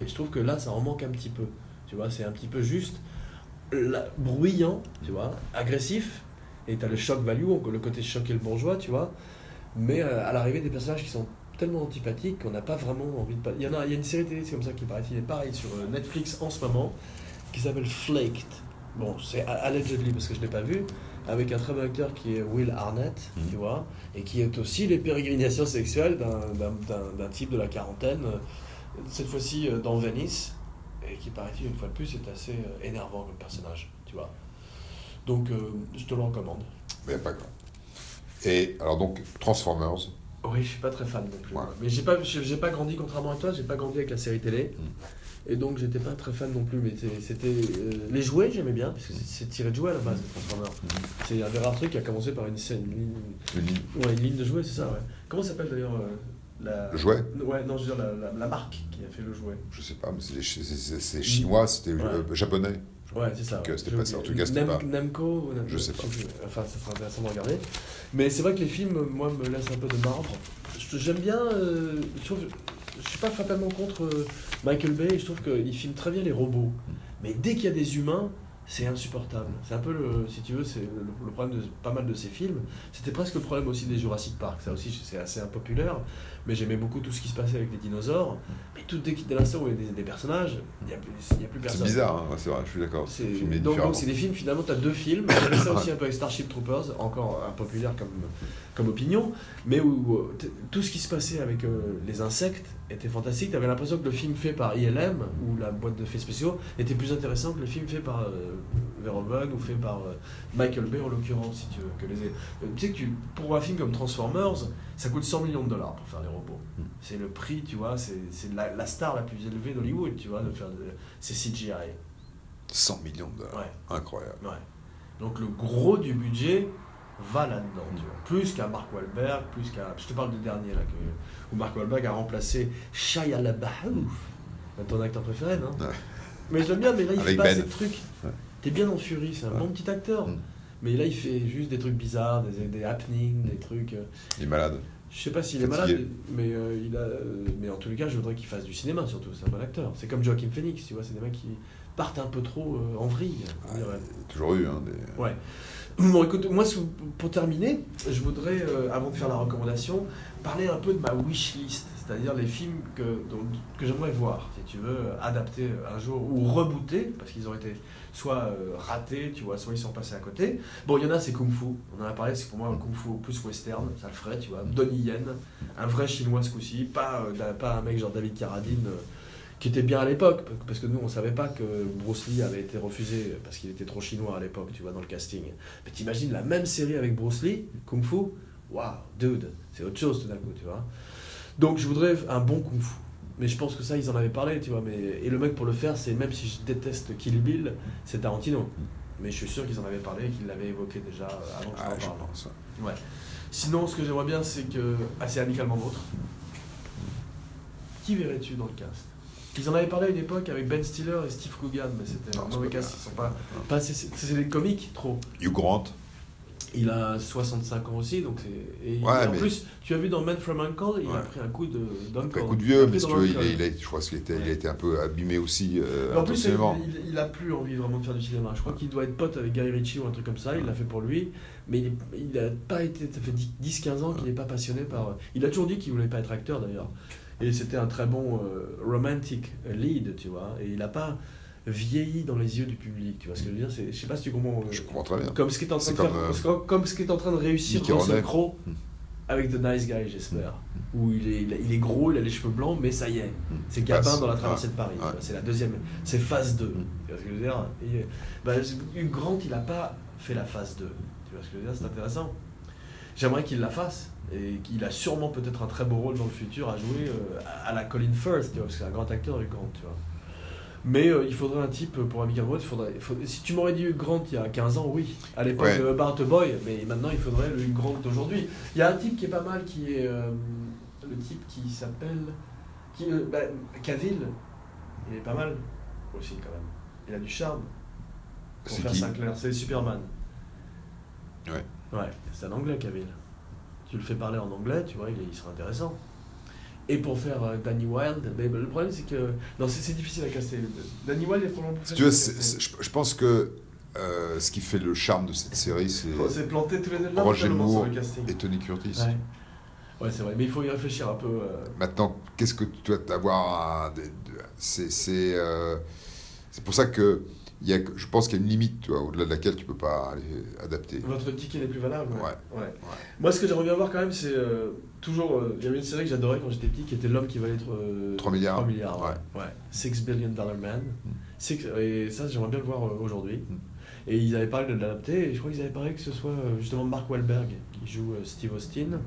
Et je trouve que là, ça en manque un petit peu. Tu vois, c'est un petit peu juste la- bruyant, tu vois, agressif. Et t'as le choc value, donc le côté choqué le bourgeois, tu vois. Mais euh, à l'arrivée, des personnages qui sont tellement antipathiques qu'on n'a pas vraiment envie de. pas- Il y en a, il y a une série télé, c'est comme ça qui paraît-il, est pareil sur euh, Netflix en ce moment, qui s'appelle Flaked. Bon, c'est a- allegedly parce que je ne l'ai pas vu, avec un très bon acteur qui est Will Arnett,
Mhm.
tu vois, et qui est aussi les pérégrinations sexuelles d'un- d'un d'un- d'un type de la quarantaine, euh, cette fois-ci euh, dans Venice, et qui paraît-il, une fois de plus, est assez euh, énervant comme personnage, tu vois. Donc, euh, je te le recommande.
Mais pas grand. Et alors donc, Transformers.
Oui, je suis pas très fan non plus.
Voilà.
Mais j'ai pas, j'ai j'ai pas grandi, contrairement à toi, j'ai pas grandi avec la série télé. Et donc j'étais pas très fan non plus. Mais c'est- c'était. euh, les jouets, j'aimais bien, parce que c'est- c'est tiré de jouets à la base, les Transformers. C'est un des rares trucs qui a commencé par une, scène- une ligne,
Le lit-
ouais, une ligne de jouets, c'est ça, ouais. Comment s'appelle d'ailleurs euh, la.
le jouet
Ouais, non, je veux dire la, la- la marque qui a fait le jouet.
Je sais pas, mais c'est les chi- c'est- c'est- c'est chinois, c'était euh, japonais.
Ouais, c'est ça.
Que
ouais.
c'était
J'ai
pas ça,
oublié.
en tout cas, c'était
Nam-
pas-
Namco ou Nam-
Je sais pas.
plus. Enfin, ça sera intéressant de regarder. Mais c'est vrai que les films, moi, me laissent un peu de marbre. Je- J'aime bien. euh, je, trouve, je suis pas fatalement contre euh, Michael Bay et je trouve qu'il filme très bien les robots. Mais dès qu'il y a des humains. C'est insupportable. C'est un peu le, si tu veux, c'est le, le problème de pas mal de ces films. C'était presque le problème aussi des Jurassic Park. Ça aussi, c'est assez impopulaire. Mais j'aimais beaucoup tout ce qui se passait avec les dinosaures. Mais tout dès qu'il y a l'instant où il y a des, des personnages, il n'y a, plus- il y a plus
C'est
personne.
bizarre, hein, c'est vrai, je suis d'accord.
C'est-
Filmé
Donc,
différemment.
donc c'est des films, finalement, tu as deux films. J'avais ça aussi un peu avec Starship Troopers, encore impopulaire comme, comme opinion, mais où euh, t- tout ce qui se passait avec euh, les insectes était fantastique. Tu avais l'impression que le film fait par ILM ou la boîte de faits spéciaux était plus intéressant que le film fait par euh, Verhoeven ou fait par euh, Michael Bay en l'occurrence, si tu veux. Que les... euh, tu sais que tu- pour un film comme Transformers, ça coûte 100 millions de dollars pour faire les robots.
Mm.
C'est le prix, tu vois, c'est c'est la, la star la plus élevée d'Hollywood, tu vois, de faire de- c'est CGI.
100 millions de dollars.
Ouais.
Incroyable.
Ouais. Donc le gros du budget va là-dedans, tu vois. Plus qu'à Mark Wahlberg, plus qu'à... Je te parle du dernier, là, que... où Mark Wahlberg a remplacé Shia LaBeouf, ton acteur préféré, non
Ouais.
Mais j'aime bien, mais là, il fait
Avec
pas
Ben.
assez de trucs.
Ouais.
T'es bien en Fury, c'est un
Ouais.
bon petit acteur.
Mm.
Mais là, il fait juste des trucs bizarres, des, des happenings, des trucs... euh,
Il est malade.
je sais pas s'il est
Fatigué.
malade, mais, euh, il a, euh, mais en tous les cas, je voudrais qu'il fasse du cinéma, surtout. C'est un bon acteur. C'est comme Joaquin Phoenix, tu vois, c'est des mecs qui partent un peu trop euh, en vrille. on
Ouais.
dirait.
Il y a toujours eu hein, des.
Ouais. Bon, écoute, moi, sous- pour terminer, je voudrais, euh, avant de faire la recommandation, parler un peu de ma wish list, c'est-à-dire les films que, dont- que j'aimerais voir, si tu veux, euh, adapter un jour ou rebooter, parce qu'ils ont été soit euh, ratés, tu vois, soit ils sont passés à côté. Bon, il y en a, c'est Kung Fu, on en a parlé, c'est pour moi un Kung Fu plus western, ça le ferait, tu vois, Donnie Yen, un vrai chinois ce coup-ci, pas, euh, d'un- pas un mec genre David Carradine. euh, qui était bien à l'époque, parce que- parce que nous on savait pas que Bruce Lee avait été refusé parce qu'il était trop chinois à l'époque, tu vois, dans le casting. Mais t'imagines la même série avec Bruce Lee, Kung Fu Waouh, dude, c'est autre chose tout d'un coup, tu vois. Donc je voudrais un bon Kung Fu. Mais je pense que ça, ils en avaient parlé, tu vois. Mais... Et le mec pour le faire, c'est même si je déteste Kill Bill, c'est Tarantino. Mais je suis sûr qu'ils en avaient parlé et qu'ils l'avaient évoqué déjà euh, avant que je
Ah,
t'en
je
parle. hein.
pense. ouais.
Ouais. Sinon, ce que j'aimerais bien, c'est que. Assez amicalement vôtre. Qui verrais-tu dans le cast Ils en avaient parlé à une époque avec Ben Stiller et Steve Coogan, mais c'était
Non,
un
c'est
mauvais
pas
cast.
bien.
Ils sont pas. pas assez- c'est c'est des comiques, trop.
Hugh Grant.
Il a 65 ans aussi, donc c'est. Et il-
Ouais,
en
mais-
plus, tu as vu dans Man from Uncle, il a
Ouais.
pris un coup de.
Après
d'uncle.
coup de
Il a
vieux,
pris
mais si
dans
tu veux, il,
l'uncle.
est- il est- je crois qu'il était, il
Ouais.
a été un peu abîmé aussi. Euh,
Mais en plus, il,
inconsciemment.
il- il a plus envie vraiment de faire du cinéma. Je crois qu'il doit être pote avec Guy Ritchie ou un truc comme ça. Il l'a fait pour lui. Mais il, est- il a pas été. Ça fait 10-15 ans qu'il n'est pas passionné par. euh, Il a toujours dit qu'il voulait pas être acteur d'ailleurs. Et c'était un très bon euh, romantic lead, tu vois. Et il n'a pas vieilli dans les yeux du public. Tu vois ce que je veux dire C'est- Je sais pas si tu comprends. euh,
Je comprends très bien.
comme ce qui est en train
C'est
de faire-
comme, euh,
parce que- comme ce qui est en train de réussir
Mickey
Russell Crowe
Rourke. Mm.
avec The Nice Guy, j'espère. Où il est, il est- il est gros, il a les cheveux blancs, mais ça y est, c'est
Hmm. Il
Gabin
passe.
dans la traversée de Paris.
Ouais.
C'est la deuxième, c'est phase 2.
Mm.
Tu vois ce que je veux dire Et, euh, bah, Hugh Grant, il a pas fait la phase 2. Tu vois ce que je veux dire C'est intéressant. J'aimerais qu'il la fasse. Et qu'il a sûrement peut-être un très beau rôle dans le futur à jouer euh, à la Colin Firth, tu vois, parce que c'est un grand acteur, du Grant, tu vois. Mais euh, il faudrait un type euh, pour Amiga Broad, il faudrait, il faut- si tu m'aurais dit Hugh Grant il y a 15 ans, oui. À l'époque
Ouais.
de Bart Boy, mais maintenant il faudrait le Hugh Grant d'aujourd'hui. Il y a un type qui est pas mal, qui est euh, le type qui s'appelle. Qui, euh, bah, Cavill, il est pas mal aussi quand même. Il a du charme pour
C'est
faire
qui
Sinclair, c'est Superman.
Ouais.
Ouais, c'est un anglais Cavill. Tu le fais parler en anglais, tu vois, il, est- il sera intéressant. Et pour faire euh, Danny Wilde, mais le problème c'est que. Non, c'est c'est difficile à casser. Danny Wilde est probablement plus
Si tu veux,
facile à
c'est-
casser.
c'est- je je pense que euh, ce qui fait le charme de cette série, c'est euh,
Faut- C'est planté tous les deux
Roger
sur
Moore
le casting.
et Tony Curtis.
Ouais, Ouais, c'est vrai, mais il faut y réfléchir un peu. euh,
Maintenant, qu'est-ce que tu dois avoir à- de- de- C'est c'est, euh, c'est pour ça que il y a, je pense qu'il y a une limite, tu vois, au-delà de laquelle tu peux pas aller adapter.
Votre ticket n'est plus valable
Ouais.
Moi, ce que j'aimerais bien voir quand même, c'est euh, toujours. euh, Il y avait une série que j'adorais quand j'étais petit qui était L'homme qui valait tro- euh,
3 milliards.
3 milliards. Ouais. Ouais. 6 billion dollar man.
Ah, Mm.
Six- et ça, j'aimerais bien le voir euh, aujourd'hui.
Mm.
Et ils avaient parlé de l'adapter, et je crois qu'ils avaient parlé que ce soit euh, justement Mark Wahlberg qui joue euh, Steve Austin,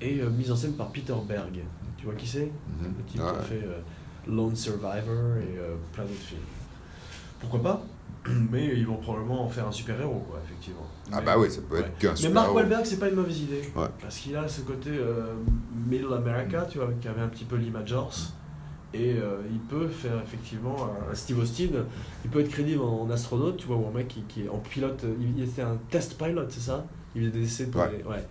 et euh, mise en scène par Peter Berg. Tu vois qui c'est
Mhm.
Le type qui
Ouais.
a fait euh, Lone Survivor et euh, plein d'autres films. Pourquoi pas Mais euh, ils vont probablement en faire un super-héros, quoi, effectivement.
Ah
Mais-
bah oui, ça peut
Ouais.
être qu'un
mais
super
Mark Wahlberg, c'est pas une mauvaise idée.
Ouais.
Parce qu'il a ce côté euh, Middle America, tu vois, qui avait un petit peu l'image Horse. Et euh, il peut faire effectivement un- un Steve Austin. Il peut être crédible en, en astronaute, tu vois, ou un mec qui, qui est en pilote. Il, il était un test pilot, c'est ça Il faisait des essais pour
Ouais.
les- ouais.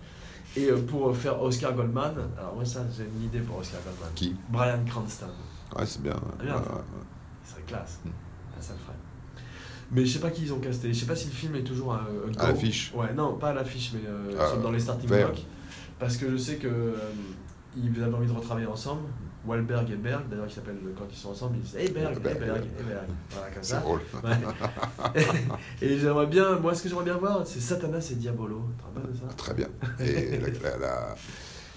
Et euh, pour faire Oscar Goldman, alors moi ça j'ai une idée pour Oscar Goldman.
Qui
Brian Cranston,
Ouais, c'est bien.
Ah, bien,
Ouais,
ça.
ouais, ouais.
il serait classe.
Mm.
Ah, ça le ferait. Mais je sais pas qui ils ont casté. Je sais pas si le film est toujours un, un go.
À l'affiche.
Ouais, non, pas à l'affiche, mais euh,
Ah,
sur- dans les starting
vert.
blocks. Parce que je sais que euh, ils avaient envie de retravailler ensemble. Wahlberg et Berg, d'ailleurs, ils s'appellent quand ils sont ensemble, ils disent Hey Berg, hey
Berg,
Berg, hey Berg.
ouais.
Voilà, comme
C'est
ça.
drôle. Ah,
Ouais. et j'aimerais bien, moi, ce que j'aimerais bien voir, c'est Satanas et Diabolo. Tu te rappelles de ça
Très bien. Et la, la- la-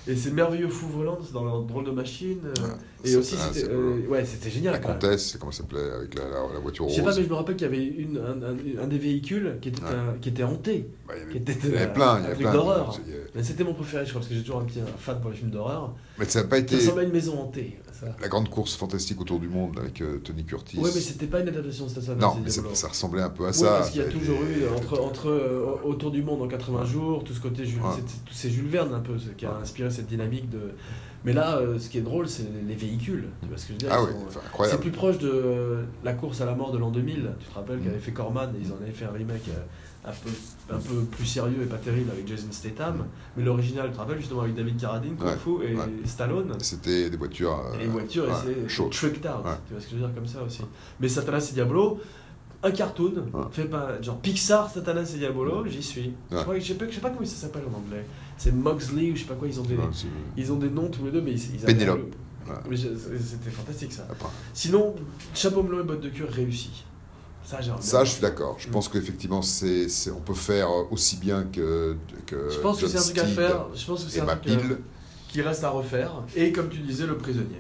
Et ces merveilleux fous volants dans leur drôle de machine. euh, et
ça,
aussi,
ça,
c'était
c'est
euh, ouais, c'était génial.
la
quoi.
comtesse, comment ça s'appelait, avec la, la- la voiture
Je
rose.
sais pas, mais je me rappelle qu'il y avait une, un, un- un des véhicules qui était,
Ouais.
un- qui était hanté.
Bah, il y avait-
Qui était,
il y
euh,
avait plein,
un
il y avait
truc
plein.
d'horreur.
Il y avait-
Mais C'était mon préféré, je crois, parce que j'ai toujours un petit un fan pour les films d'horreur.
Mais ça n'a pas
Ça
été
ressemblait à une maison hantée. Ça.
la grande course fantastique autour du monde avec euh, Tony Curtis.
Ouais, mais c'était pas une adaptation de Station
non, mais ça, ça ressemblait un peu à
Ouais,
ça.
parce qu'il y a
Des-
toujours eu, euh, entre, entre euh, Autour du Monde en 80 jours, tout ce côté Jules,
Ouais.
c'est- c'est- tout- c'est Jules Verne un peu, ce qui a
Ouais.
inspiré cette dynamique de. Mais là, euh, ce qui est drôle, c'est les, les véhicules. Tu vois ce que je veux dire
Ah
ils
ouais,
sont, euh,
enfin,
C'est
incroyable.
plus proche de euh, la course à la mort de l'an 2000. Tu te rappelles
Mm.
qu'avait fait Corman et ils en avaient fait un remake euh, un peu, un peu plus sérieux et pas terrible avec Jason Statham.
Mm.
Mais l'original, tu te rappelles justement avec David Carradine, Kung
Ouais,
Fu et
ouais.
Stallone.
C'était des voitures. euh,
Et les voitures,
ouais,
et c'est
chaudes.
tricked out,
Ouais.
tu vois ce que je veux dire comme ça aussi. Mais Satanas et Diablo, un cartoon,
Ouais.
fait par, genre Pixar, Satanas et Diabolo, j'y suis. Je,
Ouais.
crois que- je sais pas, je sais pas comment ça s'appelle en anglais. C'est Moxley ou je sais pas quoi, ils ont des,
Ouais, c'est-
ils ont des noms tous les deux, mais ils, ils avaient
Pénélope.
un-
Ouais.
Mais je- C'était fantastique ça.
Après.
Sinon, chapeau melon et bottes de cuir réussi. Ça, j'ai envie de
Ça,
dire.
je suis d'accord.
Mm.
Je pense qu'effectivement, c'est, c'est- on peut faire euh, aussi bien que. que
Je pense que
John
c'est un truc à
Steed
faire. Je pense que c'est
euh, Et
un
ma
truc euh,
pile.
qui reste à refaire. Et comme tu disais, le prisonnier.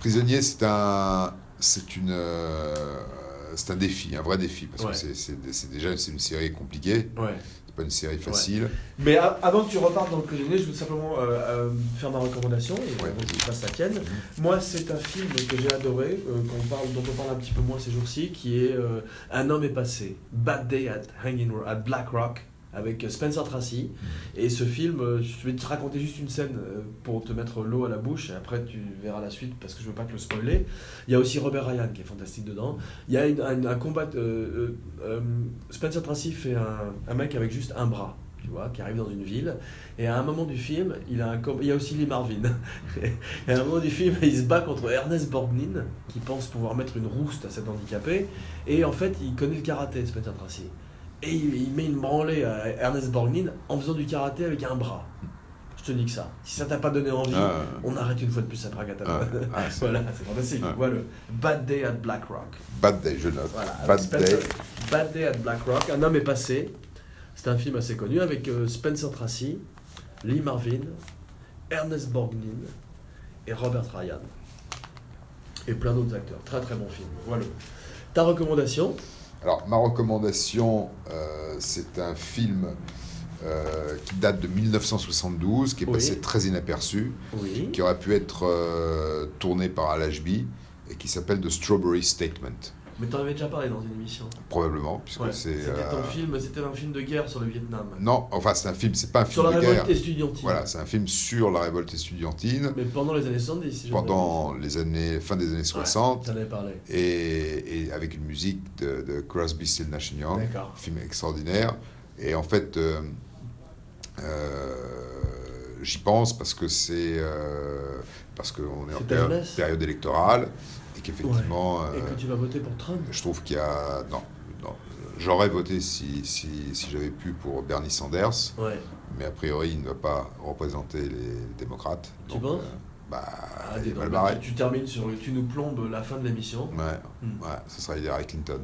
Prisonnier, c'est un, c'est une, euh, c'est un défi, un vrai défi, parce
Ouais.
que c'est, c'est- c'est déjà c'est une série compliquée,
Ouais.
c'est pas une série facile.
Mais a- avant que tu repartes dans le prisonnier, je veux simplement euh, euh, faire ma recommandation et
Ouais,
avant que
vas-y. Mm-hmm.
tu fasses la tienne. Moi, c'est un film que j'ai adoré, euh, qu'on parle, dont on parle un petit peu moins ces jours-ci, qui est euh, Un homme est passé, Bad Day at, Hanging, Ro- at Black Rock, avec euh, Spencer Tracy.
Mm-hmm.
Et ce film, euh, je vais te raconter juste une scène euh, pour te mettre l'eau à la bouche, et après tu verras la suite parce que je veux pas te le spoiler. Il y a aussi Robert Ryan qui est fantastique dedans. Il y a une- un, un combat. euh, euh, euh, Spencer Tracy fait un, un mec avec juste un bras, tu vois, qui arrive dans une ville. Et à un moment du film, il, a un com- il y a aussi Lee Marvin. et à un moment du film, il se bat contre Ernest Borgnine, qui pense pouvoir mettre une rouste à cet handicapé. Et en fait, il connaît le karaté, Spencer Tracy. Et il, il met une branlée à Ernest Borgnine en faisant du karaté avec un bras. Je te dis que ça. Si ça t'a pas donné envie,
Ah,
on arrête une fois de plus à Prakatana.
ah, ah, c'est-
Voilà, c'est fantastique.
Ouais.
Voilà, Bad Day at Black Rock.
Bad day, je note.
Voilà, avec
Bad
Spencer-
day.
Bad Day at Black Rock. Un homme est passé. C'est un film assez connu avec euh, Spencer Tracy, Lee Marvin, Ernest Borgnine et Robert Ryan. Et plein d'autres acteurs. Très très bon film. Voilà. Ta recommandation
Alors, ma recommandation, euh, c'est un film euh, qui date de 1972, qui est
Oui.
passé très inaperçu,
Oui.
qui aurait pu être euh, tourné par Al Ashby et qui s'appelle The Strawberry Statement,
Mais t'en avais déjà parlé dans une émission.
probablement, puisque
Ouais.
c'est.
C'était
euh,
un film, c'était un film de guerre sur le Vietnam.
Non, enfin, c'est un film, c'est pas un
Sur
film
la
de guerre.
révolte estudiantine.
Voilà, c'est un film sur la révolte estudiantine
Mais pendant les années 70, si j'avais-
pendant les années, fin des années 60,
T'en avais parlé.
et, et avec une musique de, de Crosby, Still, Nash and Young,
D'accord.
film extraordinaire. Et en fait, euh, euh, j'y pense parce que c'est euh, parce qu'on est en
C'est
péri-
Dallas
période électorale et qu'effectivement,
Et
euh,
que tu vas voter pour Trump.
je trouve qu'il y a non, non, j'aurais voté si, si, si j'avais pu pour Bernie Sanders,
Ouais.
mais a priori, il ne va pas représenter les démocrates.
Tu penses
Bah,
Ah,
il
dis
est
donc,
mal barré.
tu, tu termines sur le tu nous plombes la fin de l'émission.
Ouais,
Hmm.
ouais, ce sera Hillary Clinton.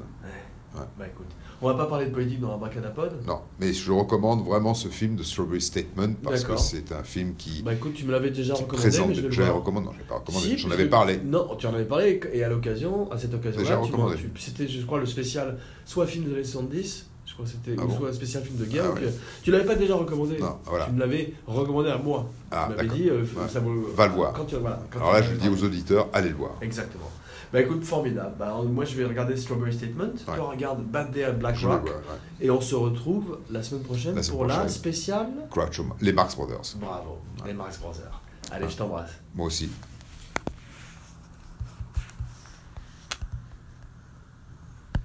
Bah écoute, on va pas parler de politique dans Abracadapod.
Non, mais je recommande vraiment ce film de Strawberry Statement parce que
D'accord.
c'est un film qui
Bah écoute, tu me l'avais déjà recommandé.
présente.
mais je vais le
Je l'avais
voir.
recommandé, non, je l'ai pas recommandé,
Si,
j'en
puisque-
avais parlé.
Non, tu en avais parlé et à l'occasion, à cette
Déjà
occasion-là, tu m'en-
recommandé.
tu- c'était, je crois, le spécial soit film des années 70, je crois que c'était,
Ah
ou
bon
soit spécial film de guerre.
Ah
ou
ouais.
que- Tu l'avais pas déjà recommandé
Non, voilà.
Tu me l'avais recommandé à moi.
Ah,
tu m'avais
d'accord.
dit, euh,
Ouais.
ça vaut-
Va le voir.
Quand tu, voilà, quand
Alors
tu
là,
m'en
je le
avais
dis
parlé.
aux auditeurs, allez le voir.
Exactement. Bah écoute, formidable. Bah, alors, moi, je vais regarder Strawberry Statement.
Ouais.
Toi, regarde Bad Day at Black
Je le
Rock.
vois, ouais.
Et on se retrouve la semaine prochaine
La semaine
pour la
prochaine.
spéciale.
Groucho Ma- les Marx Brothers.
Bravo, les Marx Brothers. Allez,
Ouais.
je t'embrasse.
Moi aussi.